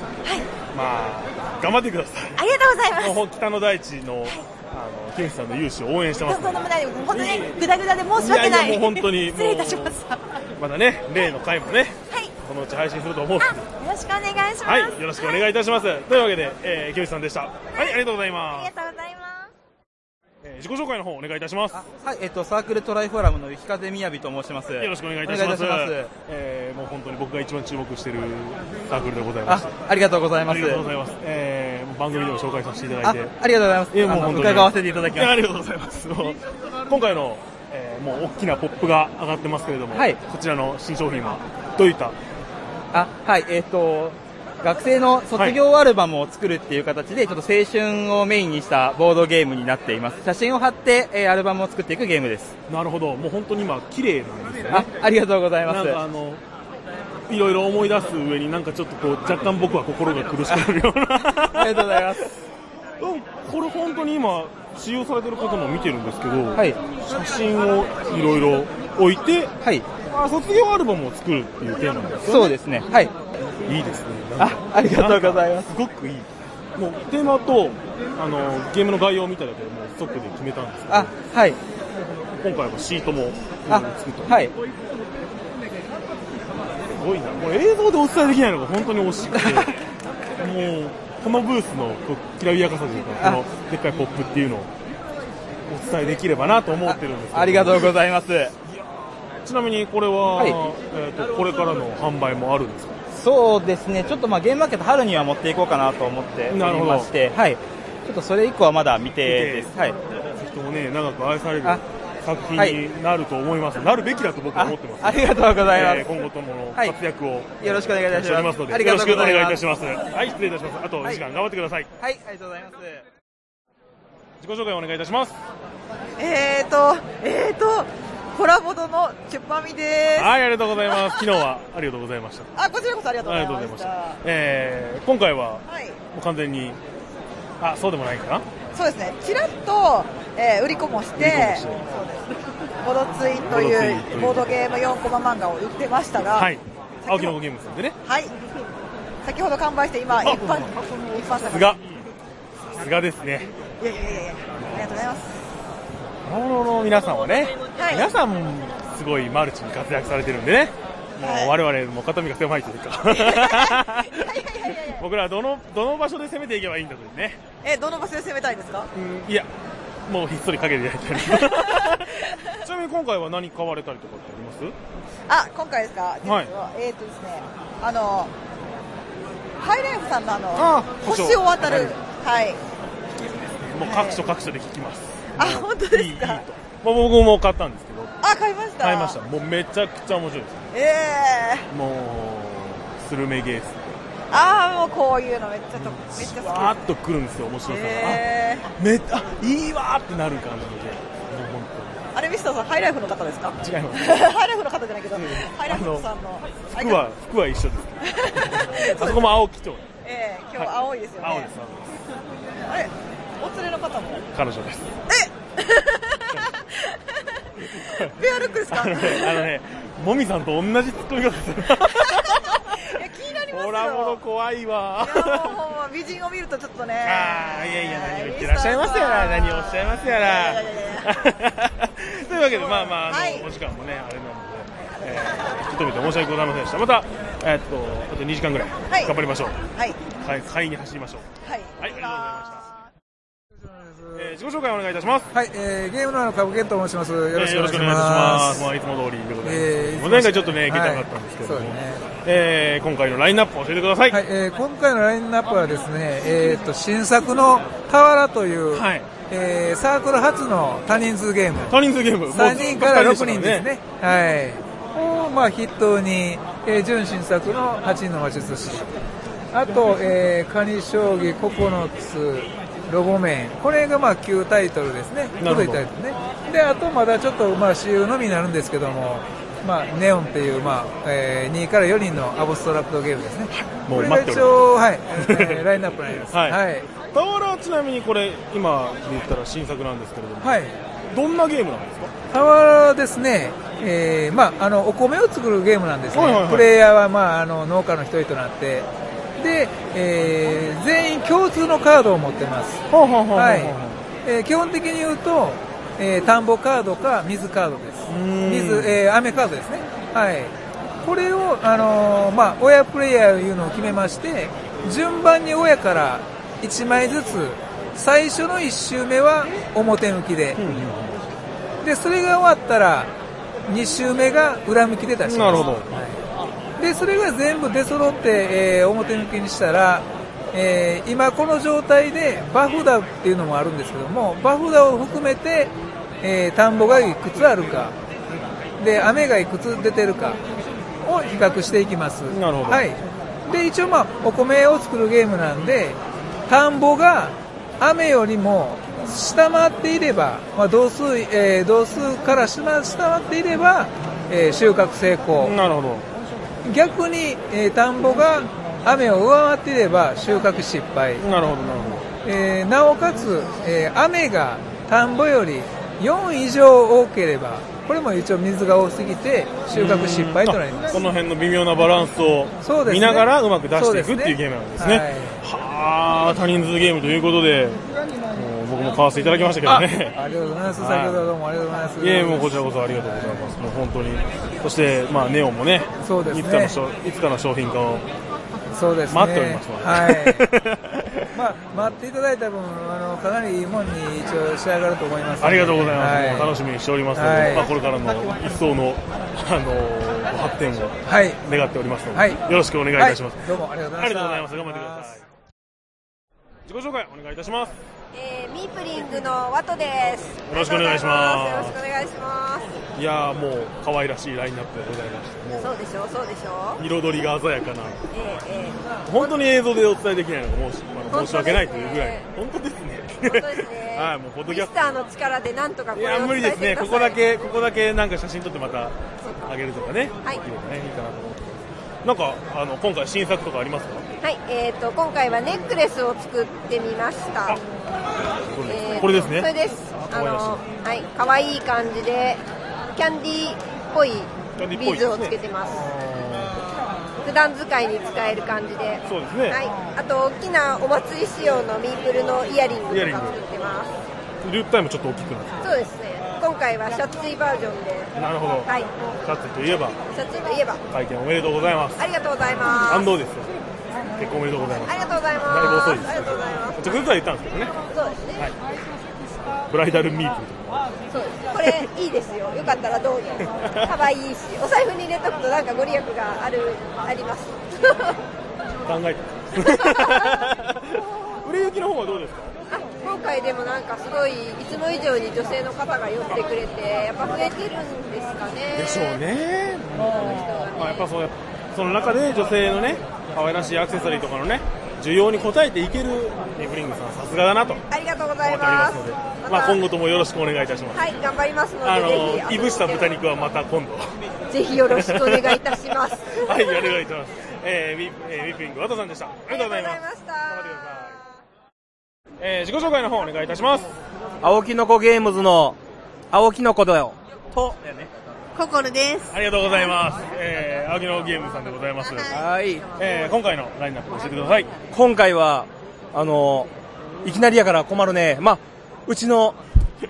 まあ、頑張ってください。ありがとうございます。もう北の大地の、あの、ケンさんの勇姿を応援してます。どうでもないです。本当ね、ぐだぐだで申し訳ない。いやいやもう本当に失礼いたしました。よまだね、例の回もね、このうち配信すると思う。ろしくお願いします。はい、よろしくお願いいたします。というわけで、えー、清水さんでした。はい、ありがとうございます。ありがとうございます。えー自己紹介の方お願いいたします。はい、えっと、サークルトライフォーラムの雪風みやびと申します。よろしくお願いいたします。お願いいたしえーもう本当に僕が一番注目しているサークルでございま。ますあ、ありがとうございます。ありがとうございます。えーもう番組でも紹介させていただいて。あありがとうございますいやもう本当にあの伺わせていただきますやありがとうございます。もう今回の、えーもう大きなポップが上がってますけれども、こちらの新商品はどういったあ、はい、えっと、学生の卒業アルバムを作るっていう形で、ちょっと青春をメインにしたボードゲームになっています。写真を貼って、えーアルバムを作っていくゲームです。なるほど、もう本当に今、綺麗なんですよね。あ、ありがとうございます。なんかあのいろいろ思い出す上になんかちょっとこう若干僕は心が苦しくなるようなありがとうございますこれ本当に今使用されてる方も見てるんですけど、写真をいろいろ置いて、まあ、卒業アルバムを作るっていうテーマなんですよねそうですねはいいいですねあありがとうございますすごくいいもうテーマとあのゲームの概要を見ただけでもう即で決めたんですけどあはい今回はシートもあ作ったはいすごいな、これ映像でお伝えできないのが本当に惜しくて、もう、このブースのこうきらびやかさというか、このでっかいポップっていうのをお伝えできればなと思ってるんですけどありがとうございます。ちなみにこれは、はいえーとこれからの販売もあるんですかそうですね、ちょっとまあゲームマーケット春には持っていこうかなと思っておりなるほどまして、はい、ちょっとそれ以降はまだ未定です。はい、ぜひともね、長く愛される作品になると思います、なるべきだと僕は思ってますあありがとうございます今後ともの活躍を、よろしくお願いいたします期待あしておりのでりがとうございますよろしくお願いいたしますはい、失礼いたしますあとお時間頑張ってください、はい、ありがとうございます。自己紹介お願いいたしますえーと、えーと、コラボドのチュッパミです。はい、ありがとうございます。昨日はありがとうございました。あ、こちらこそありがとうあごりざいがとうまごす。ざいました。えー、今回は、はいもう完全に、あ、そうでもないかなそうですね、ちらっと、えー売り子もして、売り子もしてボドツイといボドツイといううボードゲーム4コマ漫画を売ってましたが、はい。青木の子ゲームさんでね。はい先ほど完売して、今、一般、一般さ作すが。さすがですね。いやいやいやいや、ありがとうございます。青野の皆さんはね、はい皆さん、すごいマルチに活躍されてるんでね。もう我々も肩身が狭いというか 僕らはどのどの場所で攻めていけばいいんだというねえーどの場所で攻めたいですか、いやもうひっそり陰でやり たいなちなみに今回は何買われたりとかってありまあ、す今回ですか、実は、はいえーとですね、あの、ハイライフさんのあの、あ星を渡る、はい、もう各所各所で聞きます。あ、本当ですかまあ、僕も買ったんですけど、あ、買いました。買いました。もうめちゃくちゃ面白いです。ええもう、スルメゲース。ああ、もうこういうのめっちゃと、めっちゃわ好ーっと来るんですよ、面白き。さが。ええあめっあ、いいわーってなる感じで。もう本あれ、ミスターさん、ハイライフの方ですか違います ハイライフの方じゃないけど、ハイライフさんの。当服は、服は一緒です。あそこも青基調。ええ今日青いですよね。青です、青あれ、お連れの方も。です。彼女です。ベアルックですか あのね、あのねもみさんと同じツッコミ方する。気になりますよ。ほらもろ怖いわ。いや、もうほんま美人を見るとちょっとね。ああ、いやいや、何を言ってらっしゃいますやら、何をおっしゃいますやら。というわけで、まあまあ、あの、お時間もね、あれなので、えー、ちょっと見て申し訳ございませんでした。また、えーっと、あと2時間ぐらい、い頑張りましょう。はい。はい、買いに走りましょう。はい。はい、ありがとうございました。ええー自己紹介お願いいたします。はい、えー、ゲームの中健と申します。よろしくお願いしえーよろしくお願いいたしま。ますすまあいつも通りでございますえもう前回ちょっとね行けなかったんですけどもはいそうですねえー今回のラインナップ教えてください。はい、えー今回のラインナップはですね、えー、と新作の「タワラ」という、えーサークル初の多人数ゲーム多人数ゲーム3人から6人ですねもはいを、まあ、筆頭に、えー準新作の8人の魔術師あと、えーカニ将棋9つロボ面これがまあ旧タイトルですねなるほど古いタイトルねであとまだちょっとまあ主流のみになるんですけどもまあ、ネオンっていう、まあえー2から4人のアブストラクトゲームですね。もこうれが待っております一応、はい、えー ラインナップになります。はい。はい。タワラはちなみにこれ今で言ったら新作なんですけれども、はい。どんなゲームなんですか？タワラはですね、えーまあ、あの、お米を作るゲームなんですね。はいはいはいプレイヤーは、まあ、あの、農家の一人となって、で、えー全員共通のカードを持ってます。ほうはいほうほう。えー基本的に言うと、えー田んぼカードか水カードです。水、えー雨カードですね。はい。これを、あのーまあ、親プレイヤーいうのを決めまして、順番に親から1枚ずつ、最初の1周目は表向きで、で、それが終わったら、2周目が裏向きで出します。なるほどはいで、それが全部出揃って、えー表向きにしたら、えー今この状態で、バフダっていうのもあるんですけども、バフダを含めて、えー田んぼがいくつあるか、で、雨がいくつ出てるかを比較していきます。なるほどはい。で、一応まあ、お米を作るゲームなんで、田んぼが雨よりも下回っていれば、まあ、同数、えー同数から下回下回っていれば、えー収穫成功。なるほど。逆に、えー田んぼが雨を上回っていれば収穫失敗。なるほど、なるほど。えーなおかつ、えー雨が田んぼより4以上多ければ、これも一応水が多すぎて収穫失敗となります。この辺の微妙なバランスをそうですね見ながらうまく出していくそうっですねていうゲームなんですね。はあ、多人数ゲームということで、もう僕も買わせていただきましたけどね。あありがとうございます。はい先ほどはどうもありがとうございます。いえ、もうこちらこそありがとうございます。もう本当に。そして、まあ、ネオンもね、そうですねいつかの商いつかの商品化をそうですね。待っておりますのではい。まあ、待っていただいた分、あの、かなりいいもんに一応仕上がると思いますので。 ありがとうございます。はもう楽しみにしておりますので、はいまあ、これからの一層の、あのーご発展をはい願っておりますので、はいよろしくお願いいたします。はいどうもありがとうございましたありがとうございます。頑張ってください。自己紹介お願いいたします。えーミープリングのワトです。よろしくお願いしますよろしくお願いします。いやーもう可愛らしいラインナップでございました。もそうでしょう、そうでしょう。う彩りが鮮やかな、えーえー本当に映像でお伝えできないのが申しあの申し訳ないというぐらい、本当ですね。。本当ですねはい、もうポッドキャミスストタ。ーの力でなんとかこいれやを無理伝えですてね。くだこさこい。だけここだけなんか写真撮ってまたあげるとかね、はいできればねいいかなと思って。なんかあの今回新作とかありますか？はい、えっ、と今回はネックレスを作ってみました。これ,、えーとこれですね。それです。あのわはい、可愛い感じでキャンディーっぽいキャンディーっビぽーいですズねをつけてます。普段使いに使える感じで。そうですねはい、あと大きなお祭り仕様のミープルのイヤリングとイヤリングか作ってます。ループタイムちょっと大きくなっそうですね。今回はシャツイバージョンで。て。なるほど。はい。シャツといえばシャツイといえば。開店おめでとうございます。ありがとうございます。感動ですよ。結婚おめでとうございます。ありがとうございます。だいぶ遅いですありがとうございます。ちょっとずつは言ったんですけどね。そうですね。ブライダルミープルとか。そうです。これいいですよ。よかったらどうぞ。可愛いし、お財布に入れとくとなんかご利益があるあ ります。考 えて ます。売れ行きの方はどうですか？今回でもなんかすごいいつも以上に女性の方が寄ってくれて、やっぱ増えてるんですかね。でしょうね。まあやっぱそうその中で女性のね可愛らしいアクセサリーとかのね需要に応えていけるネブリングさんさすがだなと思ってありがとうごおざりいまますすの。で、たまあ今後ともよろしくお願いいたします。はい、頑張りますので、あぜひの遊いびぶした豚肉はまた今度。ぜひよろしくお願いいたします。 はい、お願いいたします。えー、ミえーミーピングワトさんでした。ありがとうございます。えー、自己紹介の方お願いいたします。青きのこゲームズの青きのこだよ。と、やね。ココルです。ありがとうございます。えー、青木のゲームさんでございます。はい。えー、今回のラインナップ教えてください。今回は、あの、いきなりやから困るね。まあ、うちの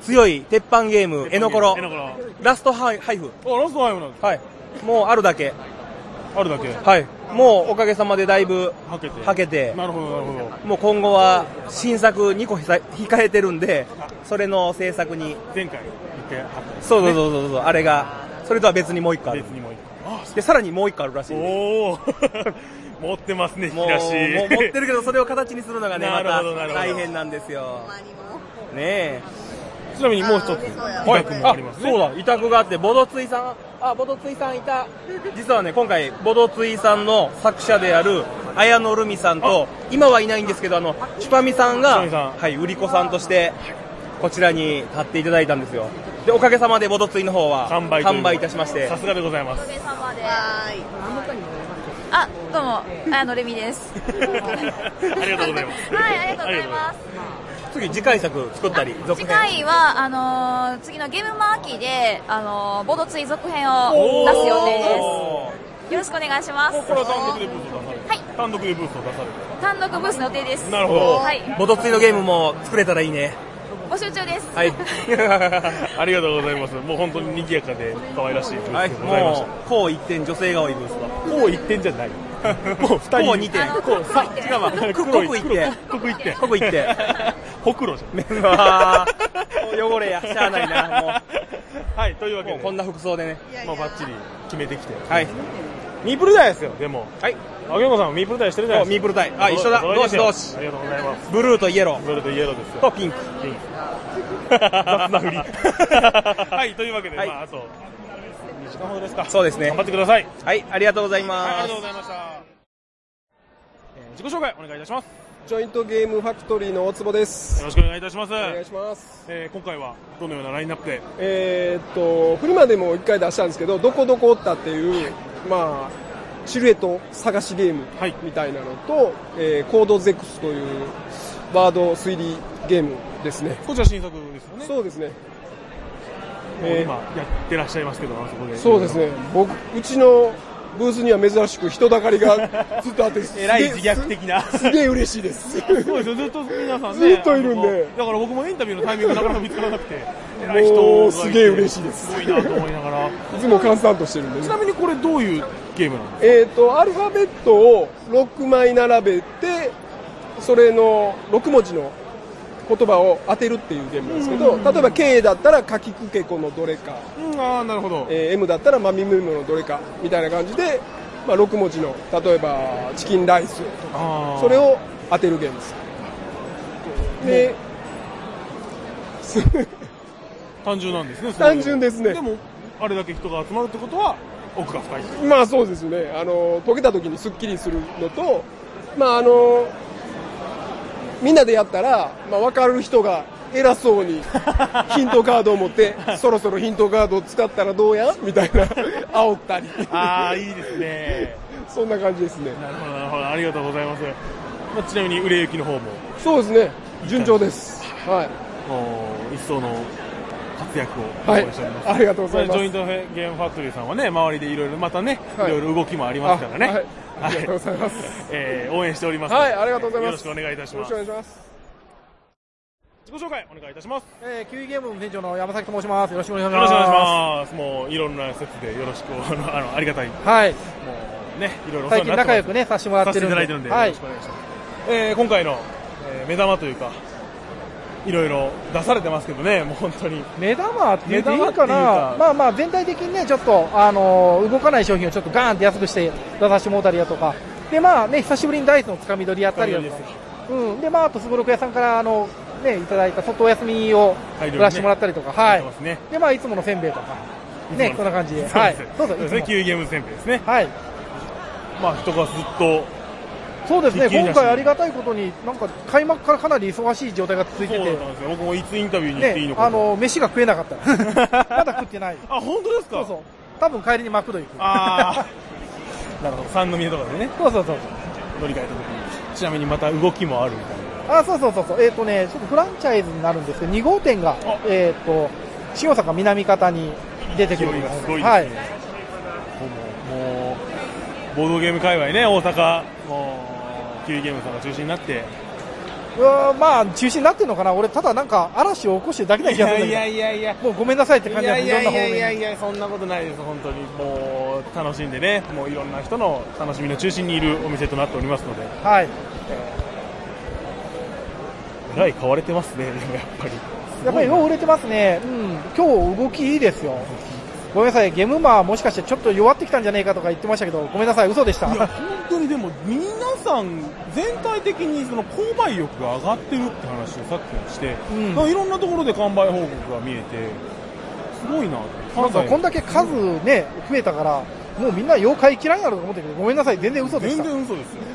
強い鉄板ゲーム、絵の頃絵の頃。ラストハイ配布。あ、ラスト配布なんですはい。もうあるだけ。あるだけはいもうおかげさまでだいぶはけてなるほどなるほどもう今後は新作2個ひさ控えてるんでそれの制作に前回一回あったそうそうそうそうそうあれがそれとは別にもう1個あるでさらにもう1個あるらしいおお 持ってますね引きもう出しもう持ってるけどそれを形にするのがねまなるたほどなるほど大変なんですよねえちなみにもう一つはい委託もありますねそうだ委託があってボドツイさんあボドツイさんいた実はね今回ボドツイさんの作者である綾野ルミさんと今はいないんですけどあのチュパミさんがはい売り子さんとしてこちらに立っていただいたんですよでおかげさまでボドツイの方は完売いたしましてさすがでございますあ、どうも、綾野レミ です。。ありがとうございます はい、ありがとうございます。次次回作作ったり続次編回は、あのー次のゲームマーキーで、あのーボード追続編を出す予定です。よろしくお願いします。これは単独でブースを出される、単独でブースを出される単独ブースの予定です。なるほど、はい。ボドツイのゲームも作れたらいいね募集中です。はい ありがとうございますもう本当に賑やかで可愛らしいブースでございましもたうこう一点女性が多いブースだこう一点じゃ ないもう二人こう二点こうさ違うわこ黒いこ一点黒一点ここ一 点ほくろじゃんメンバ ー汚れやしゃあないなもうはいというわけでこんな服装でねもうバッチリ決めてきてはいミープルダイですよでもはいあげんこさんもミープルダイしてるじゃないですおミかープルダイあ一緒だ驚きましたよ同士同士ありがとうございますブルーとイエローブルーとイエローですよとピンクピンク雑な振り はいというわけでまああと2時間ほどですかそうですね頑張ってくださいはいありがとうございます、はいありがとうございましたえー自己紹介お願いいたしますジョイントゲームファクトリーの大坪です。よろしくお願いいたしますお願いしますえー今回はどのようなラインナップでえーっと、フルマでも一回出したんですけど、どこどこおったっていう、まあ、シルエット探しゲームみたいなのと、えーコードゼックスというワード推理ゲームですね。こちら新作ですよねそうですねもう今やってらっしゃいますけどあそこでそうです ね。僕、うちのブースには珍しく人だかりがずっとあって、えらい自虐的なすげえすげえ嬉しいです。そうですよずっと皆さんねずっといるんでだから僕もインタビューのタイミングなかなか見つからなくて偉い人も、がいうてすげえ嬉しいです。すごいなと思いながらいつも閑散としてるんでね ちなみにこれどういうゲームなのえっ、と、アルファベットを6枚並べて、それの6文字の言葉を当てるっていうゲームなんですけうど、んうんうん例えば K だったらかきくけこのどれか、うんああなるほどえー M だったらまみむむのどれかみたいな感じで、まあ、6文字の、例えばチキンライスとあかー、それを当てるゲームです。で、単純なんですね単純ですねでもあれだけ人が集まるってことは奥が深いまあそうですね、あの溶けた時にすっきりするのと、まああのみんなでやったら、まあ、分かる人が偉そう にヒントカードを持って、そろそろヒントカードを使ったらどうやみたい な、煽ったり、ああいいですねそんな感じですね、なるほどなるほどありがとうございます、まあ、ちなみに売れ行きの方もそうですね、順調です、はい、もう一層の活躍をはい応援しております、ありがとうございますジョイントゲームファクトリーさんはね周りでいろいろまたね、はいい、ろいろ動きもありますからねあはいありがとうございます、えー応援しておりますはい、ありがとうございます。よろしくお願いいたしますよろしくお願いします。自己紹介お願いいたしますえー、キウイゲームの店長の山崎と申します。よろしくお願いよしろましす。くお願いしますもういろんな説でよろしくあのあのありがたいはい。ねいろいろお最世話近になってます仲良くね、させてもらってるんで。させていただいてるんで、はよいろし。くお願いします、えー今回の、えー目玉というかいろいろ出されてますけどねもう本当に目玉って言っていい目玉っていかうかなまあまあ全体的にね、ちょっと、あのー動かない商品をちょっとガーンって安くして出させてもらったりだとか。で、まあね、久しぶりにダイスのつかみ取りやったりだとかつかみ。うん。で、まああとスゴロク屋さんから、あの、ね、いただいた外お休みを大量にね売らせてもらったりとか。はいやってますね。で、まあいつものせんべいとか。いつもねの、そんな感じで。そうはでいす。どうぞ、そういつですもねの旧ゲームせんべいですねはいまあ人がずっとそうですね、一気に出今して回ありがたいことに、なんか開幕からかなり忙しい状態が続いてそうてな、んですよ僕もいつインタビューに行っていいねの、かあとの飯が食えなか った、まだ食ってない、あ本当ですかそうそう、多分帰りにマクド行く、あなるほど三宮とかでねそうそうそう乗り換えた時にちなみにまた動きもあるみたいな あそうそうそうそう、えっ、とね、ちょっとフランチャイズになるんですけど、2号店が、えっ、と、新大阪南方に出てくるんですすごいですねはい、もうボードゲーム界隈ね大阪もうキウイゲームさんが中心になってうわーまあ中止になってるのかな、俺、ただなんか嵐を起こしてるだけな気がするんだけど、いやいやいやいやもうごめんなさいって感じだいねやいいやいろんなや方い面やいやそんなことないです本当にもう楽しんでねもういろんな人の楽しみの中心にいるお店となっておりますのではい、えらい買われてますねでもやっぱりやっぱりよう売れてますね、うん、今日動きいいですよ、ごめんなさい、ゲームマーもしかしてちょっと弱ってきたんじゃないかとか言ってましたけど、ごめんなさい、嘘でした。本当にでも皆さん全体的にその購買欲が上がってるって話をさっきもして、だからいろんなところで完売報告が見えてすごいなっ てなんかこんだけ数ね、増えたから、もうみんな妖怪嫌いになると思ったけど、ごめんなさい、全然嘘でした。全然嘘です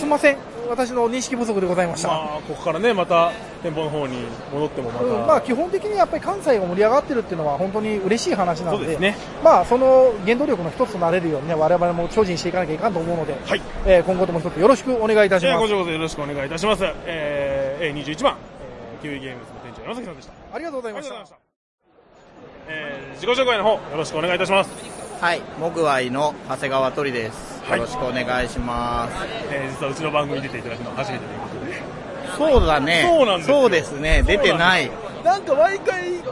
すいません、私の認識不足でございました。まあここからねまた店舗の方に戻ってもまた、うんまあ、基本的にやっぱり関西が盛り上がってるっていうのは本当に嬉しい話なのそうでですねまあ、その原動力の一つとなれるように、ね、我々も精進していかなきゃいかんと思うので、えー今後とも一つよろしくお願いいたしえーまこちす。らこそよろしくお願いいたします。えー、A21 番、えー、キウイゲームズの店長山崎さんでした。ありがとうございました。えー自己紹介の方、よろしくお願いいたします。はい、モグワイの長谷川鳥です。よろしくお願いします。えー実はうちの番組に出ていただくのは初めてということで。そうだね。そうなんですよそうですね。出てない。なんか毎回、イン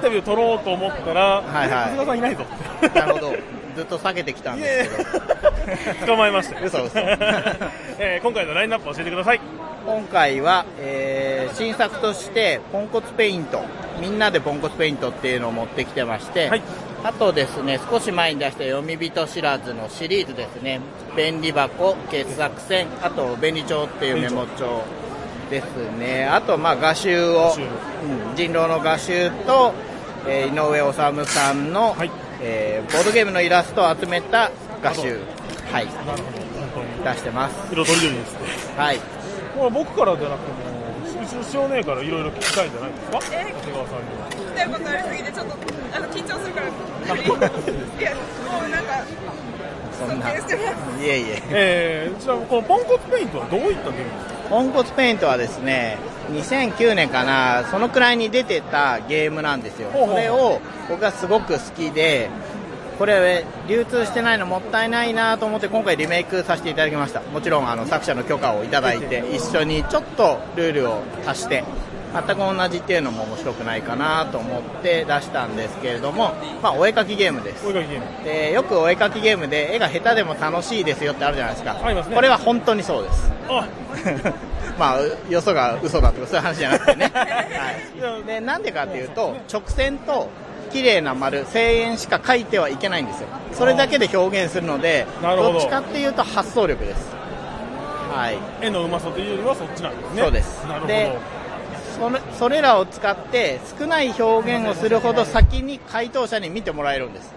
タビュー取ろうと思ったら、はいはい長谷川さんいないぞ。なるほど。ずっと避けてきたんですけど。捕まえましたよ。嘘嘘 えー今回のラインナップを教えてください。今回は、えー新作としてポンコツペイントみんなでポンコツペイントっていうのを持ってきてまして、あとですね少し前に出した読み人知らずのシリーズですね便利箱傑作選あと紅帳っていうメモ帳ですねあとまあ画集をうん人狼の画集と、えー井上治さんの、えーボードゲームのイラストを集めた画集はい出してます色とりどりですねはいもう僕からじゃなくても、うちの少年からいろいろ聞きたいんじゃないですか、長谷川さんには。聞きたいことありすぎてちょっとあの緊張するからいやもうなんかそんな尊敬してますいえいえ。えー、ちなみにこのポンコツペイントはどういったゲームですかポンコツペイントはですね、2009年かな、そのくらいに出てたゲームなんですよ。ほうほうこれを僕はすごく好きで、これ流通してないのもったいないなと思って今回リメイクさせていただきました。もちろんあの作者の許可をいただいて、一緒にちょっとルールを足して、全く同じっていうのも面白くないかなと思って出したんですけれども、まあお絵描きゲームです。お絵描きゲーム。で、よくお絵描きゲームで絵が下手でも楽しいですよってあるじゃないですか。ありますねこれは本当にそうです。あまあ、よそが嘘だとかそういう話じゃな くてね。はい、で、なんでかっていうと、直線と綺麗な丸、声円しか書いてはいけないんですよ。それだけで表現するので、なるほどっちかっていうと発想力です。はい。絵のうまさというよりはそっちなんですね。そうですなるほど。でそれそれらを使って少ない表現をするほど先に回答者に見てもらえるんです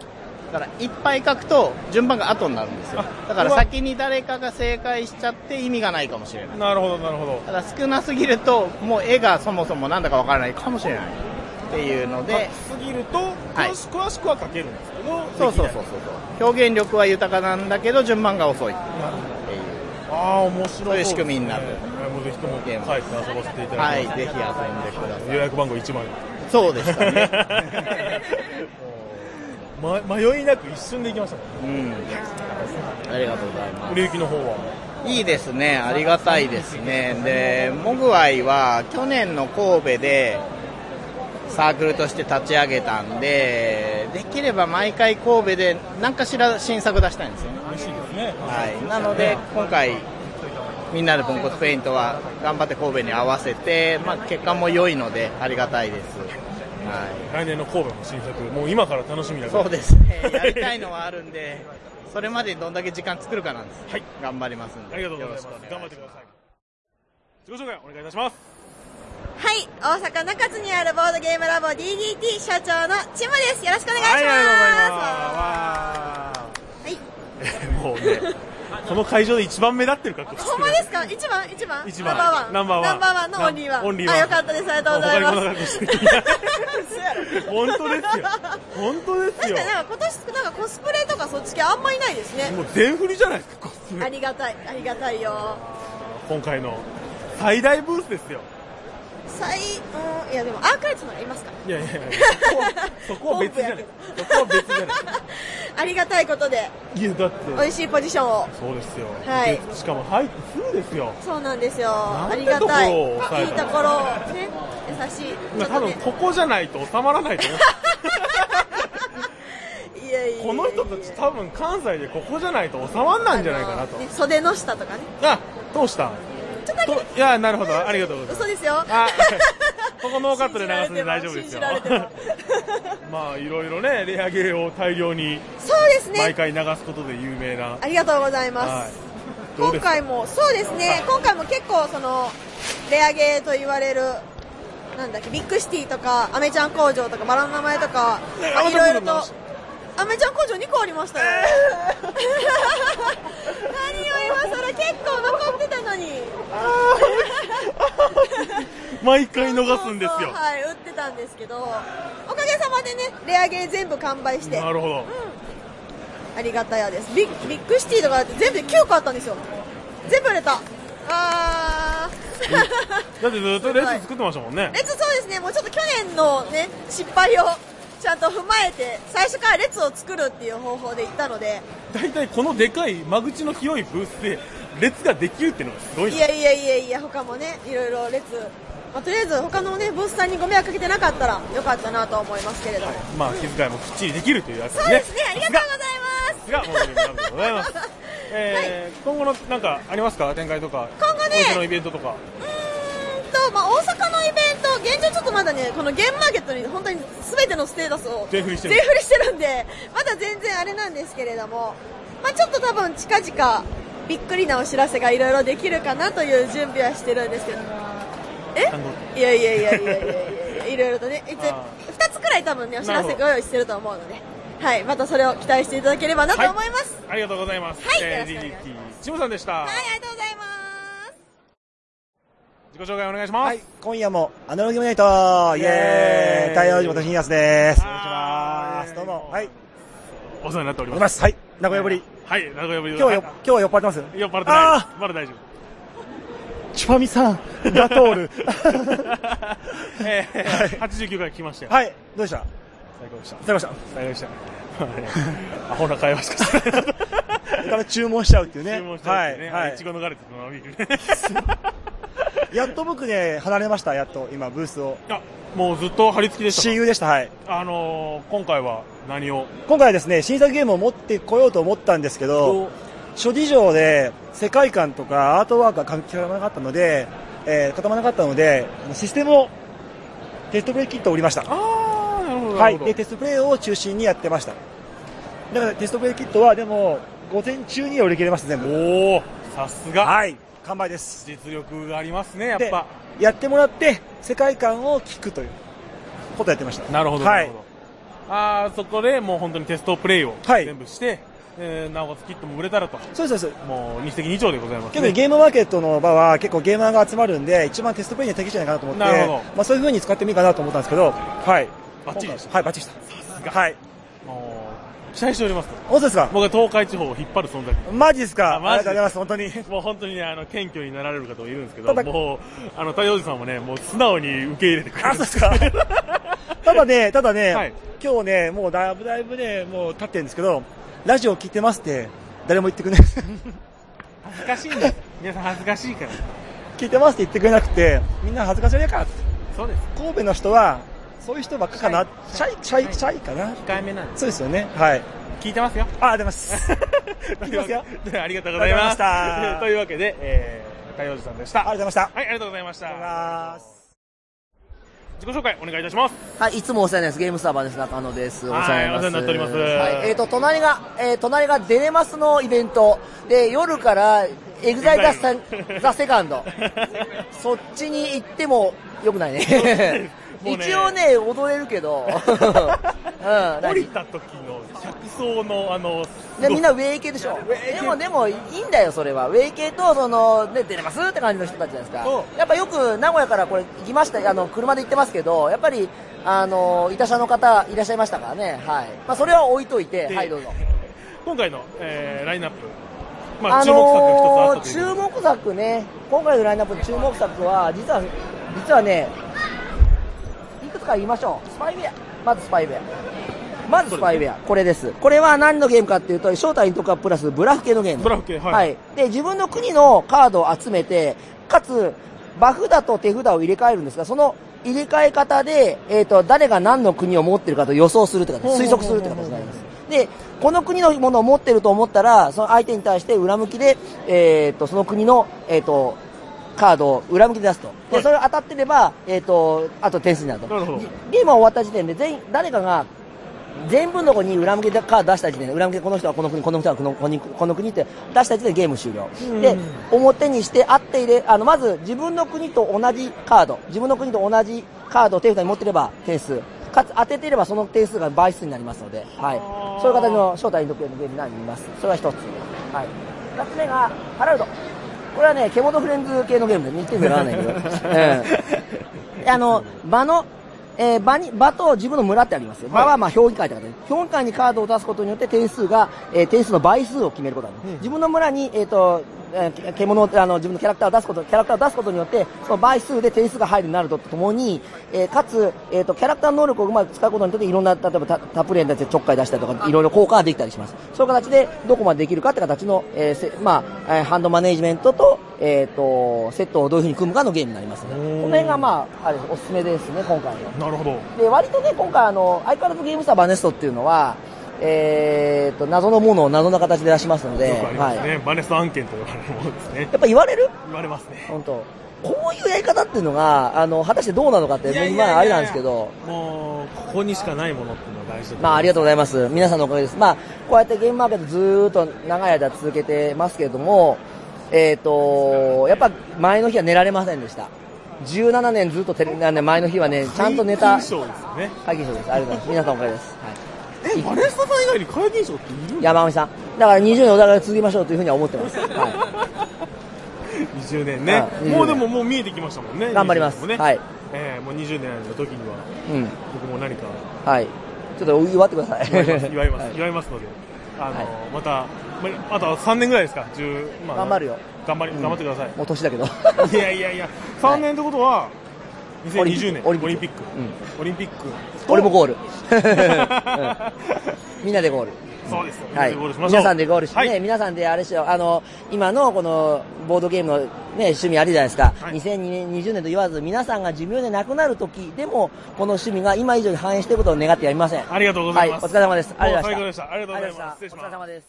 だからいっぱい書くと順番が後になるんですよだから先に誰かが正解しちゃって意味がないかもしれないなるほど、なるほど。ただ少なすぎるともう絵がそもそもなんだかわからないかもしれないっていうので書きすぎると、詳し詳しくは書けるんですけど、そうそうそうそう表現力は豊かなんだけど順番が遅いああ面白いそういう仕組みになるもうぜひとも帰って遊ばせていただきますはいぜひ遊んでください予約番号1番そうでしたね ま、迷いなく一瞬で行きましたねうんありがとうございます売れ行きの方はいいですね、ありがたいですね。で、モグワイは去年の神戸でサークルとして立ち上げたんで、できれば毎回神戸で何かしら新作出したいんですよね。嬉しいですねはい。なので、今回、みんなでポンコツペイントは頑張って神戸に合わせて、まあ、結果も良いのでありがたいです。は来年の神戸の新作もう今から楽しみだい。からそ うですね。やりたいのはあるんで、それまでにどんだけ時間作るかなんです。はい。頑張りますんで。ありがとうございますよろしくお願し頑張ってください自己紹介お願いいたしますはい大阪中津にあるボードゲームラボ DDT 社長のチムですよろしくお願いします、もうねこの会場で一番目立ってる格好してるほんまですか一番一番一番ナンバーワンナンバーワンナンバーワンのオンリーワンオンリーワンあよかったですありがとうござい他にこんなま格好しすてる本当ですよ本当で確かになんか今年なんかコスプレとかそっち系あんまいないですねもう全振りじゃないですかありがたいありがたいよ今回の最大ブースですよ最、うん、いやでもアーカイブのがいますかいやいやいやそこは本別部じゃやけないどそこは別じゃないありがたいことでいやだって美味しいポジションをそうですよ、はいでしかも入ってすぐですよそうなんですよなあんりてがとこたいを抑えたのいいところをね優しいまあ多分ここじゃないと収まらないと思う いやいやこの人たち多分関西でここじゃないと収まんないんじゃないかなとね袖の下とかねあ通したちょっとだけといやなるほどありがとうございます嘘ですよあ ここノーカットで流すんで大丈夫です信じよられてま まあいろいろねレアゲーを大量に そうですね毎回流すことで有名なありがとうございます、はいどう今ですか回もそうですね今回も結構そのレアゲーと言われるなんだっけビッグシティとかアメちゃん工場とかバラの名前とか、ねまあアメいちゃんろいろ工場のと話アメちゃん工場2個ありましたよ、何を今更結構残ってたのに毎回逃すんですよはい売ってたんですけどおかげさまでねレアゲー全部完売してなるほど、ありがたやですビッビッグシティとかだって全部で9個あったんですよ全部売れたあーだってずっとレッス作ってましたも んね列そうですねもうちょっと去年のね失敗をちゃんと踏まえて最初から列を作るっていう方法で行ったので大体このでかい間口の広いブースで列ができるっていうのがすごいいやいやいやいや他もねいろいろ列、まあ、とりあえず他のねブースさんにご迷惑かけてなかったらよかったなと思いますけれども、まあ気遣いもきっちりできるというやつそうねですねありがとうござい本当にありがとうございまます すえー今後のなんかありますか展開とか今後ね今週のイベントとかと、まあ、大阪のイベント、現状ちょっとまだね、このゲームマーケットに本当に全てのステータスを全振りしてるしてるんで、まだ全然あれなんですけれども、まあ、ちょっと多分近々、びっくりなお知らせがいろいろできるかなという準備はしてるんですけど、えいやいやいやいやいやいや、いろいろとね、2つくらい多分ね、お知らせご用意してると思うので、はい、またそれを期待していただければなと思います。ありがとうございますはいえーよろし DDT チムさんでしたはいありがとうございます自己紹介お願いします今夜もアナログゲームナイトイエーイ太陽寺本新安です。どうも。はい。お世話になっておりおります。はい。名古屋ぶり。はい名古屋ぶり今日はよ、今日は酔っ払ってます酔っ払ってあないまだ大丈夫ーチュパミさん、ラトール。 えー、89回来ましたよはい。どうでした最高でした最高でした最高でした アホな会話しかしてないだから注文しちゃうっていうね。注文しちゃうっていうねはい。はいちごのガレットのビールねい。 やっと僕ね、離れました。やっと、今、ブースを。もうずっと張り付きでしたか親友でした。はい。あのー今回は何を今回はですね新作ゲームを持ってこようと思ったんですけど諸事情で世界観とかアートワークが固まらなかったので、えー固まらなかったのであのシステムをテストプレイキットを売りましたはい、でテストプレイを中心にやってましただからテストプレイキットはでも午前中には売り切れました全部おおさすがはい完売です実力がありますねやっぱやってもらって世界観を聞くということをやってましたなるほどはないるほああそこでもう本当にテストプレイを全部して、えーなおかつキットも売れたらとそうですそうですもう二石二鳥でございます、結構ゲームマーケットの場は結構ゲーマーが集まるんで一番テストプレイには適してないかなと思ってなるほどまあ、そういうふうに使ってもいいかなと思ったんですけどはいバッチリでしたはいバッチリでしたはい期待しております本当ですか僕は東海地方を引っ張る存在マジですかマジありがとうございます本当にもう本当にねあの謙虚になられる方もいるんですけたどだもうあの太陽寺さんもねもう素直に受け入れてくれるんですただ ねただね、はい今日ねもうだいぶだいぶねもう経ってるんですけどラジオ聞いてますって誰も言って くれない恥ずかしいんです皆さん恥ずかしいから聞いてますって言ってくれなくてみんな恥ずかしがりやからってそうです神戸の人はそういう人ばっかかなシャイシャイシャイかな控えめなんそうですよねはい聞いてますよああ出ます聞いてますよありがとうございますありがとうございました というわけで、えー、太陽寺さんでしたありがとうございましたはいありがとうございました自己紹介お願いいたしますはい、いつもお世話になります。ゲームサーバーです。中野です。お世話になりまはいおす。世話になっておりますはい、えっ、と、隣が、えー隣がデネマスのイベント。で、夜から、エグザイダスザセカン ド。そっちに行っても、よくないね。もうね一応ね、踊れるけ ど。うん、降りた時の客層のあのでみんなウェイ系でしょでもでもいいんだよそれはウェイ系とそのね出れますって感じの人たちじゃないですかやっぱよく名古屋からこれ行きましたあの車で行ってますけどやっぱりあのいた社の方いらっしゃいましたからねはいまあそれは置いといてではいどうぞ今回の、えー、ラインナップ、まあ、注目作が一つあったということでのー注目作ね今回のラインナップの注目作は実はじゃあね、いくつか言いましょう。スパイウェア。まずスパイウェア。まずスパイウェア。これです。これは何のゲームかっていうと、正体にとかプラスブラフ系のゲーム。ブラフ系、はいで、自分の国のカードを集めて、かつ、場札と手札を入れ替えるんですが、その入れ替え方で、えっ、と、誰が何の国を持ってるかと予想するって形、推測するって形になります。で、この国のものを持ってると思ったら、その相手に対して裏向きで、えっ、と、その国の、えっ、と、カードを裏向きで出すと。で、それが当たってれば、えっ、と、あと点数になると。ゲームが終わった時点で全員、誰かが全部の子に裏向けでカード出した時点で、裏向けこの人はこの国、この人はこの国、この国って出した時点でゲーム終了。うんで、表にして、あって入れ、あの、まず自分の国と同じカード、自分の国と同じカードを手札に持ってれば点数。かつ当てていればその点数が倍数になりますので、はい。そういう形の正体に特有のゲームになります。それが一つ。はい。二つ目が、ハラルド。これはね、獣フレンズ系のゲームで、似てるのかわから ないけど。うんであの、場の、えー場に、場と自分の村ってありますよ。場はまあ評議会ってことで、評議会にカードを出すことによって点数が、えー点数の倍数を決めることがある。自分の村に、えっ、と、えーけ獣をあの自分のキャラクターを出すこと、キャラクターを出すことによって、その倍数で点数が入るようになるとともに、えーかつ、えっ、と、キャラクターの能力をうまく使うことによって、いろんな、例えばタタップレーンだってちょっかい出したりとか、いろいろ効果ができたりします。そういう形で、どこまでできるかって形の、えーせまあ、えーハンドマネージメントと、えっ、と、セットをどういうふうに組むかのゲームになりますね。この辺がまあ、あれ、おすすめですね、今回は。なるほど。で割とね今回あの相変わらずゲームスターバネストっていうのはえー、と謎のものを謎な形で出しますので、よくありまはすい、ね、バネスト案件と呼ばれるものですね。やっぱ言われる言われますね。本当こういうやり方っていうのがあの果たしてどうなのかっていやいやいやいやまああれなんですけどもう、ここにしかないものっていうのは大事だと思まあありがとうございます皆さんのおかげですまあこうやってゲームマーケットずーっと長い間続けてますけれどもえー、とやっぱ前の日は寝られませんでした17年ずっとテレなんで前の日はねちゃんと寝た皆さんですよね。会議所ですありがとうございます皆さんおかげです、はいえ、バネストさん以外に会議所っている山上さん。だから20年お互い続けましょうというふうには思ってます。は20年はねい20。年もうでももう見えてきましたもんね。頑張ります20年もねはい。ええもう20年の時には、うん僕も何かい。はい。ちょっと祝ってください。祝 います、祝います、祝いますので、あの、また、まあと3年ぐらいですか、10、まあ、頑張るよ。頑張り、頑張ってくだ さい。もう年だけど。いやいやいや、3年ってことは、2020年、オオリリンンピピックック。オリンピック。俺もゴ ール。うんみんなでゴール。そうですよはいみんなでゴールしましょう皆さんでゴールして、ね、皆さんであれしよう、あの、今のこのボードゲームのね、趣味あるじゃないですか。2020年と言わず、皆さんが寿命でなくなる時でも、この趣味が今以上に反映していることを願ってやりません。ありがとうございます。はい、お疲れ様です。ありがとうございもまうし最た。高でした。ありがとうございます。失礼します。お疲れ様です。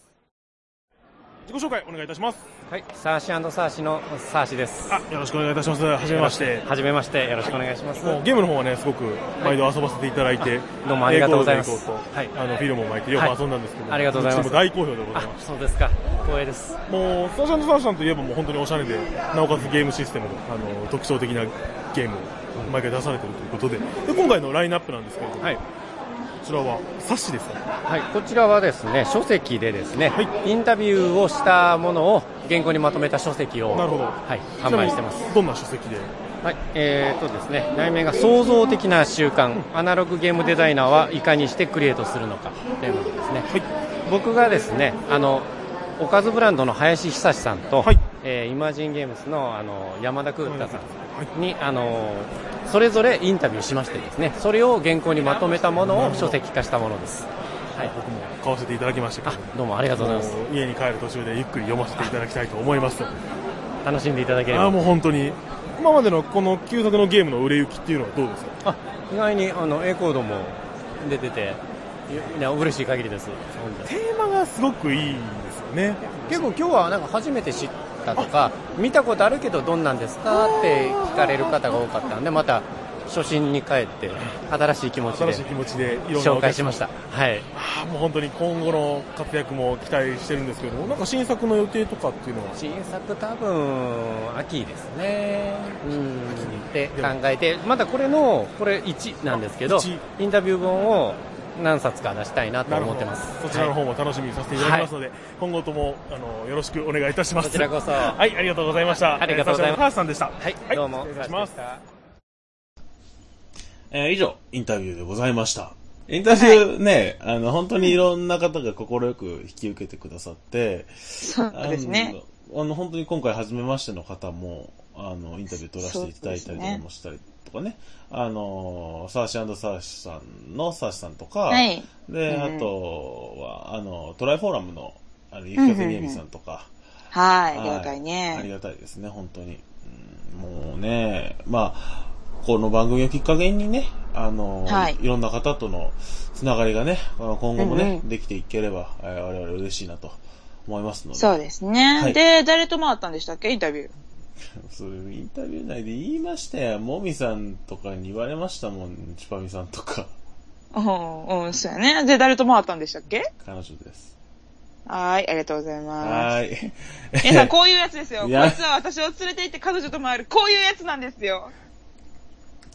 自己紹介お願いいたします。はい、サーシーサーシのサーシです。あ、よろしくお願いいたします。はじめまして。はじめまして、よろしくお願いします。もうゲームの方はね、すごく毎度遊ばせていただいて、あどうもありがとうございますレイコードレイコードはあいの、フィルムを巻いてよはいく遊んだんですけど、ありがとうございますちも大好評でございます。そうですか、光栄です。もう、サーシャンとサーシャンといえばもう本当におしゃれで、なおかつゲームシステムの、あの、特徴的なゲームを毎回出されてるということで、で、今回のラインナップなんですけれども、こちらは、サッシですかはい、こちらはですね、書籍でですね、インタビューをしたものを原稿にまとめた書籍を、なるほどはい、販売してまちなみす。にどんな書籍ではい、えーとですね、題名が創造的な習慣、アナログゲームデザイナーはいかにしてクリエイトするのかというものですね。僕がですね、あの、おかずブランドの林久志さんと、えーイマジンゲームスのあの山田空太さんに、あのそれぞれインタビューしましてですね、それを原稿にまとめたものを書籍化したものです。はい、僕も買わせていただきましたけどどうもありがとうございます。もう家に帰る途中でゆっくり読ませていただきたいと思います。楽しんでいただければ。あーもう本当に、今までのこの旧作のゲームの売れ行きっていうのはどうですかあ意外にあの A コードも出てて、いや嬉しい限りです。テーマがすごくいいですよね。結構今日はなんか初めて知ったとか、見たことあるけどどんなんですかって聞かれる方が多かったんで、また初心に帰って新しい気持ちで新しい気持ちでいろんなお客さん紹介しました。はい。あーもう本当に今後の活躍も期待してるんですけども、なんか新作の予定とかっていうのは新作多分秋ですね。うん。って考えて、まだこれのこれ1なんですけど、インタビュー本を何冊か出したいなと思ってます。そちらの方も楽しみにさせていただきますので、今後ともあのよろしくお願いいたします。こちらこそ。はい、ありがとうございました。ありがとうございますえー最初のハースさんでした。はい、どうも失礼します。えー以上、インタビューでございました。インタビューね、あの、本当にいろんな方が快く引き受けてくださって、そうですねあの。あの、本当に今回初めましての方も、ああの、インタビュー取らせていただいたりとかもしたりとかね。あの、サーシーサーシさんのサーシさんとか、はいで、うんあとは、あの、トライフォーラムの、あの、ゆきかせみえみさんとか、はい、はありがたいありね。がたいですね、本当に。うんもうね、まあ、この番組をきっかけにね、あの、はいい、ろんな方とのつながりがね、あの今後もね、うんうんできていければ、えー我々嬉しいなと思いますので。そうですね。はいで、誰と回ったんでしたっけインタビュー。そういうインタビュー内で言いましたよ。もみさんとかに言われましたもん、チュパミさんとか。うん、うん、そうやね。で、誰と回ったんでしたっけ彼女です。はーい、ありがとうございます。はーい。 皆さん、こういうやつですよ。こいいつやは私を連れて行って彼女と回る、こういうやつなんですよ。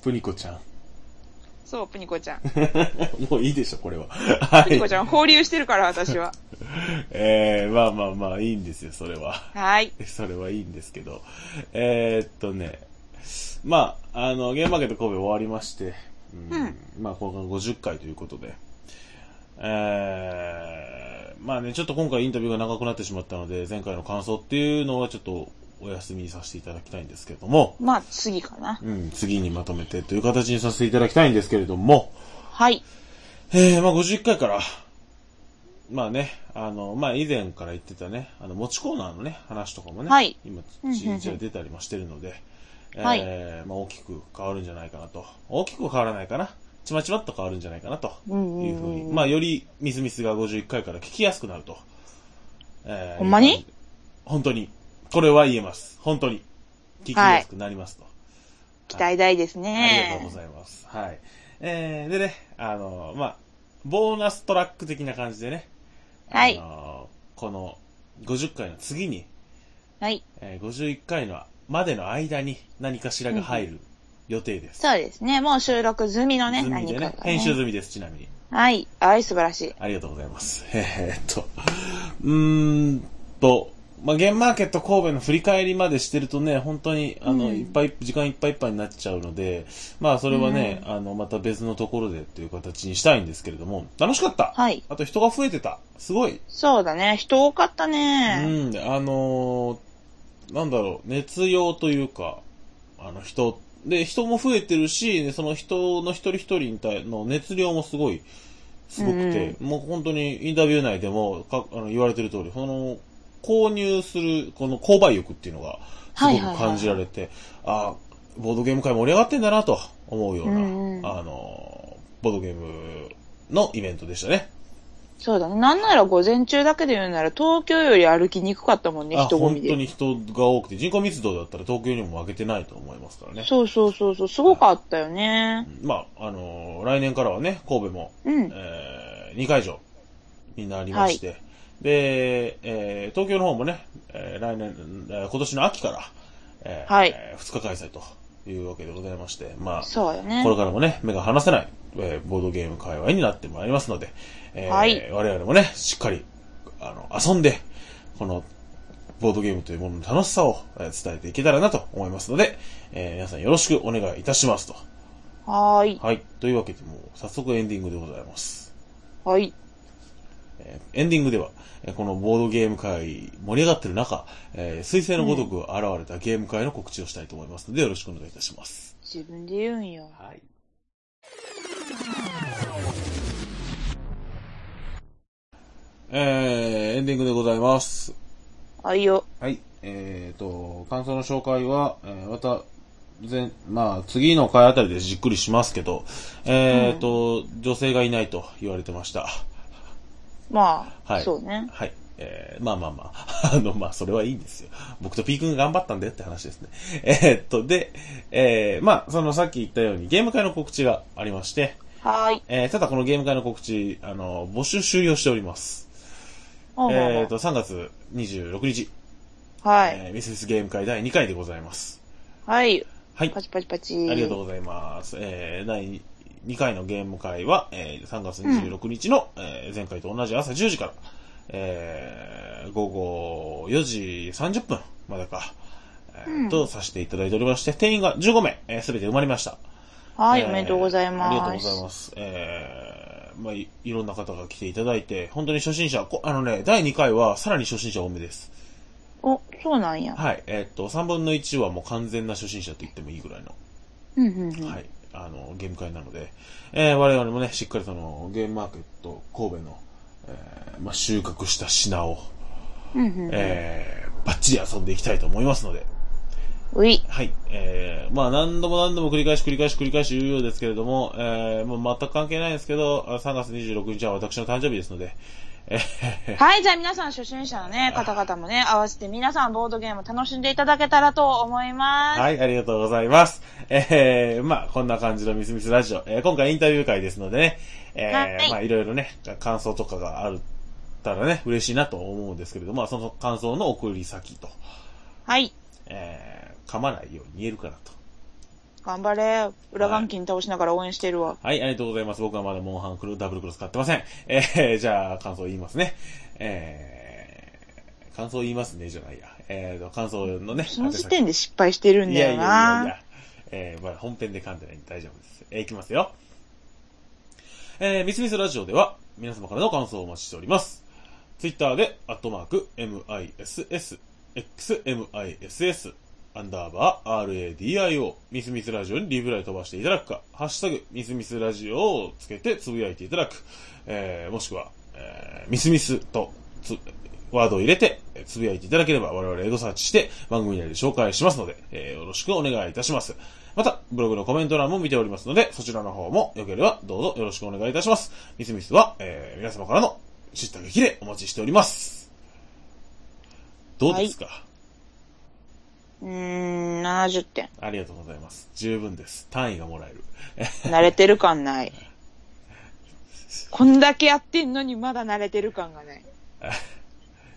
プニコちゃん。 そう、プニコちゃん。もういいでしょ、これは。はプニコちゃん、い。 放流してるから、私は。 えー、まあまあまあ、いいんですよ、それは。はーい。 それはいいんですけど。えーっとね、まあ、あの、ゲームマーケット神戸終わりまして、うんうんまあ、今回50回ということで、えー、まあね、ちょっと今回インタビューが長くなってしまったので、前回の感想っていうのはちょっとお休みにさせていただきたいんですけども、まあ、次かな。うん、次にまとめてという形にさせていただきたいんですけれども、はい。えー、まあ50回から、まあね、あの、まあ以前から言ってたね、あの、持ちコーナーのね、話とかもね、はい今、うんうんうんちら出たりもしてるので、はいえー、まあ大きく変わるんじゃないかなと。大きくは変わらないかな。ちまちまっと変わるんじゃないかなとうんうんいうふうに、まあよりみすみすが51回から聞きやすくなると。えーほんまに本当に。これは言えます。本当に。聞きやすくなりますと。期待大ですありがとうねご。ざいます。はい。えー、でね、あの、まあ、ボーナストラック的な感じでね、はいあ。のこの50回の次に、はい。えー51回のまでの間に何かしらが入る予定です。そうですね。もう収録済みのね、済み何でかねが、編集済みです、ちなみに。はい。はい、素晴らしい。ありがとうございます。 えーっと、うーんと、まあ、ゲームマーケット神戸の振り返りまでしてるとね、本当に、あの、うんいっぱい、時間いっぱいいっぱいになっちゃうので、まあ、それはね、あの、また別のところでっていう形にしたいんですけれども、楽しかったはい。あと人が増えてたすごいそうだね。人多かったね。うん、あのーなんだろう、熱用というか、あの人、で、人も増えてるし、その人の一人一人に対の熱量もすごい、すごくて、もう本当にインタビュー内でもかあの言われてる通り、その、購入する、この購買欲っていうのが、すはいごはいはいく感じられて、あーボードゲーム界盛り上がってんだなと思うような、うんうんあのーボードゲームのイベントでしたね。そうだね。なんなら午前中だけで言うなら、東京より歩きにくかったもんね、あ人混みで。本当に人が多くて、人口密度だったら東京にも負けてないと思いますからね。そうそうそうそう、すごかったよね。まあ、あのー来年からはね、神戸も、うんえー2会場になりまして、で、えー東京の方もね、えー来年、えー今年の秋から、えーはい2日開催というわけでございまして、まあ、そうよねこれからもね、目が離せない、えーボードゲーム界隈になってまいりますので、えーはい我々もね、しっかり、あの、遊んで、この、ボードゲームというものの楽しさをえー伝えていけたらなと思いますので、えー皆さんよろしくお願いいたしますと。はーい。はい。というわけで、もう早速エンディングでございます。はい。えーエンディングでは、えーこのボードゲーム界盛り上がってる中、えー、彗星のごとく現れたゲーム界の告知をしたいと思いますので、よろしくお願いいたします。自分で言うんよ。はい。えー、エンディングでございます。はいよ。はい。えっ、と、感想の紹介は、えーまた、前、まあ、次の回あたりでじっくりしますけど、えっ、と、女性がいないと言われてました。まあ、はい。そうね。はい。えーまあまあまあ。 あの、まあ、それはいいんですよ。僕と P 君が頑張ったんだよって話ですね。 えーっと、で、えーまあ、そのさっき言ったようにゲーム会の告知がありまして、はーい。えーただこのゲーム会の告知、あの、募集終了しております。ほうほうほうえーっと、3月26日、はい。えーミスミスゲーム会第2回でございます。はい。はい。パチパチパチ。ありがとうございます。えー第2回のゲーム会は、えー3月26日の、えー前回と同じ朝10時から、えー午後4時30分までか、えーうんとさせていただいておりまして、定員が15名、えー、全て埋まりました。はい、えーおめでとうございまあす。りがとうございます。えーまあ、いいろんな方が来ていただいて、本当に初心者、こあのね、第2回はさらに初心者多めです。お、そうなんや。はい。えーっと、3分の1はもう完全な初心者と言ってもいいぐらいの、うんうんうん。はい。あの、ゲーム会なので、えー我々もね、しっかりその、ゲームマーケット神戸の、えーまあ、収穫した品を、うんうんうん。えー、バッチリ遊んでいきたいと思いますので、うい。はい。えー、まあ何度も何度も繰り返し繰り返し繰り返し言うようですけれども、えー、もう全く関係ないですけど、あ3月26日は私の誕生日ですので、えー、はい、じゃあ皆さん初心者のね、方々もね、合わせて皆さんボードゲーム楽しんでいただけたらと思います。はい、ありがとうございます。えー、まあこんな感じのミスミスラジオ、えー、今回インタビュー会ですのでね、えー、はいまあいろいろね、感想とかがあったらね、嬉しいなと思うんですけれども、まあその感想の送り先と、はい。えー、噛まないように言えるかなと。頑張れ。裏眼筋倒しながら応援してるわ。はい、ありがとうございます。僕はまだモンハンクルダブルクロス買ってません。えー、じゃあ、感想言いますね。えー、感想言いますね、じゃないや。えーと、感想のね。その時点で失敗してるんだいやよな。いやいやいや。えー、まだ本編で噛んでないんで大丈夫です。えー、いきますよ。えー、みすみすラジオでは、皆様からの感想をお待ちしております。ツイッターで、アットマーク、MISS、XMISS、アンダーバー、RADIO、ミスミスラジオにリブライ飛ばしていただくか、ハッシュタグ、ミスミスラジオをつけてつぶやいていただく、えー、もしくは、えー、ミスミスとつ、ワードを入れて、えーつぶやいていただければ、我々エゴサーチして、番組内で紹介しますので、えーよろしくお願いいたします。また、ブログのコメント欄も見ておりますので、そちらの方も、よければ、どうぞよろしくお願いいたします。ミスミスは、えー、皆様からの、知った激励お待ちしております。どうですか、うーん、70点。ありがとうございます。十分です。単位がもらえる。慣れてる感 ない。こんだけやってんのにまだ慣れてる感がない。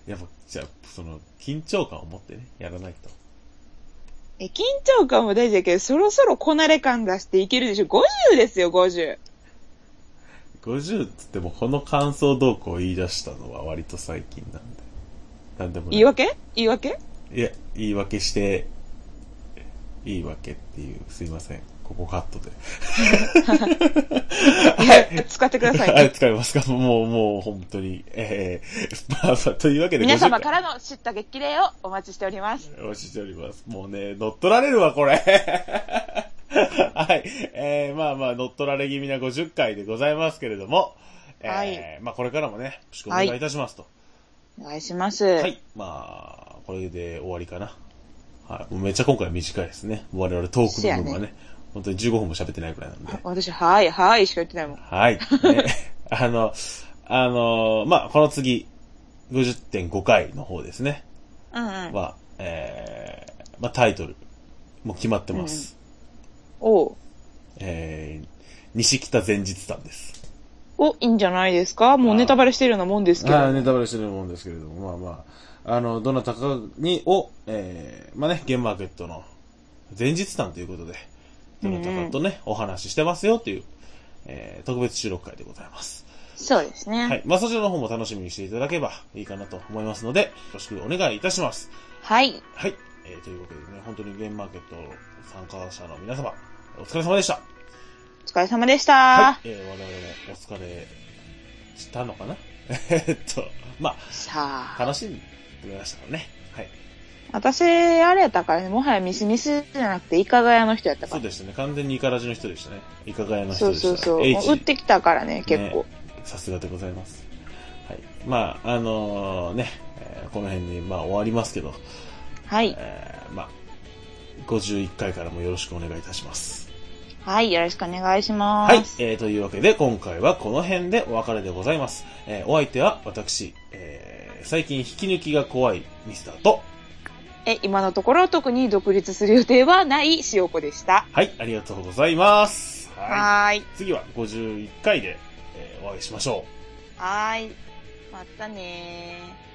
やっぱ、じゃあ、その、緊張感を持ってね、やらないと。え、緊張感も大事だけど、そろそろこなれ感出していけるでしょ。50ですよ、50。 50っつっても、この感想動向を言い出したのは割と最近なんで。なんでもない言い訳言い訳いや、言い訳して、言い訳っていう、すいません。ここカットで。 いや使ってくださいねはい、使いますかもう、もう、本当に。えー、まあまあ、というわけで、皆様50からの知った激励をお待ちしております。お待ちしております。もうね、乗っ取られるわ、これ。 はい。えー、まあまあ、乗っ取られ気味な50回でございますけれども、えーはいまあこれからもね、よろしくお願いいたしますと。お願いします。はい。まあ、これで終わりかな。はい。もうめっちゃ今回短いですね。我々トークの部分はそうね、や本当に15分も喋ってないくらいなんで。私、はい、はい、しか言ってないもん。 はい。ねあの、あの、まあ、この次、50.5回の方ですね。うんうん。は、えー、まあ、タイトル、もう決まってます。おうえー、西北前日さんです。お、いいんじゃないですかもうネタバレしてるようなもんですけあーど。ネタバレしてるもんですけれども、まあまあ、あの、どなたかに、を、えー、まあね、ゲームマーケットの前日談ということで、どなたかとね、お話ししてますよという、えー、特別収録会でございます。そうですね。はい。まあそちらの方も楽しみにしていただければいいかなと思いますので、よろしくお願いいたします。はい。はい。えー、ということでね、本当にゲームマーケット参加者の皆様、お疲れ様でした。お疲れ様でした。えー、我々もお疲れしたのかな えっと、まあ、さ楽しんでくれましたからね。はい。私、あれやったからね、もはやミスミスじゃなくて、イカガヤの人やったかそうでしたね。完全にイカラジの人でしたね。イカガヤら。の人そうでした、そね。うそう。も H う売ってきたからね、結構。ねさすがでございます。はい。まあ、あのーね、えーこの辺で、まあ、終わりますけど、はい。えーまあ、51回からもよろしくお願いいたします。はい、よろしくお願いします。はい。えー、というわけで、今回はこの辺でお別れでございます。えーお相手は私、えー最近引き抜きが怖いミスターと、え、今のところ特に独立する予定はない塩子でした。はい、ありがとうございます。はーい。次は51回で、えーお会いしましょう。はーい。またねー。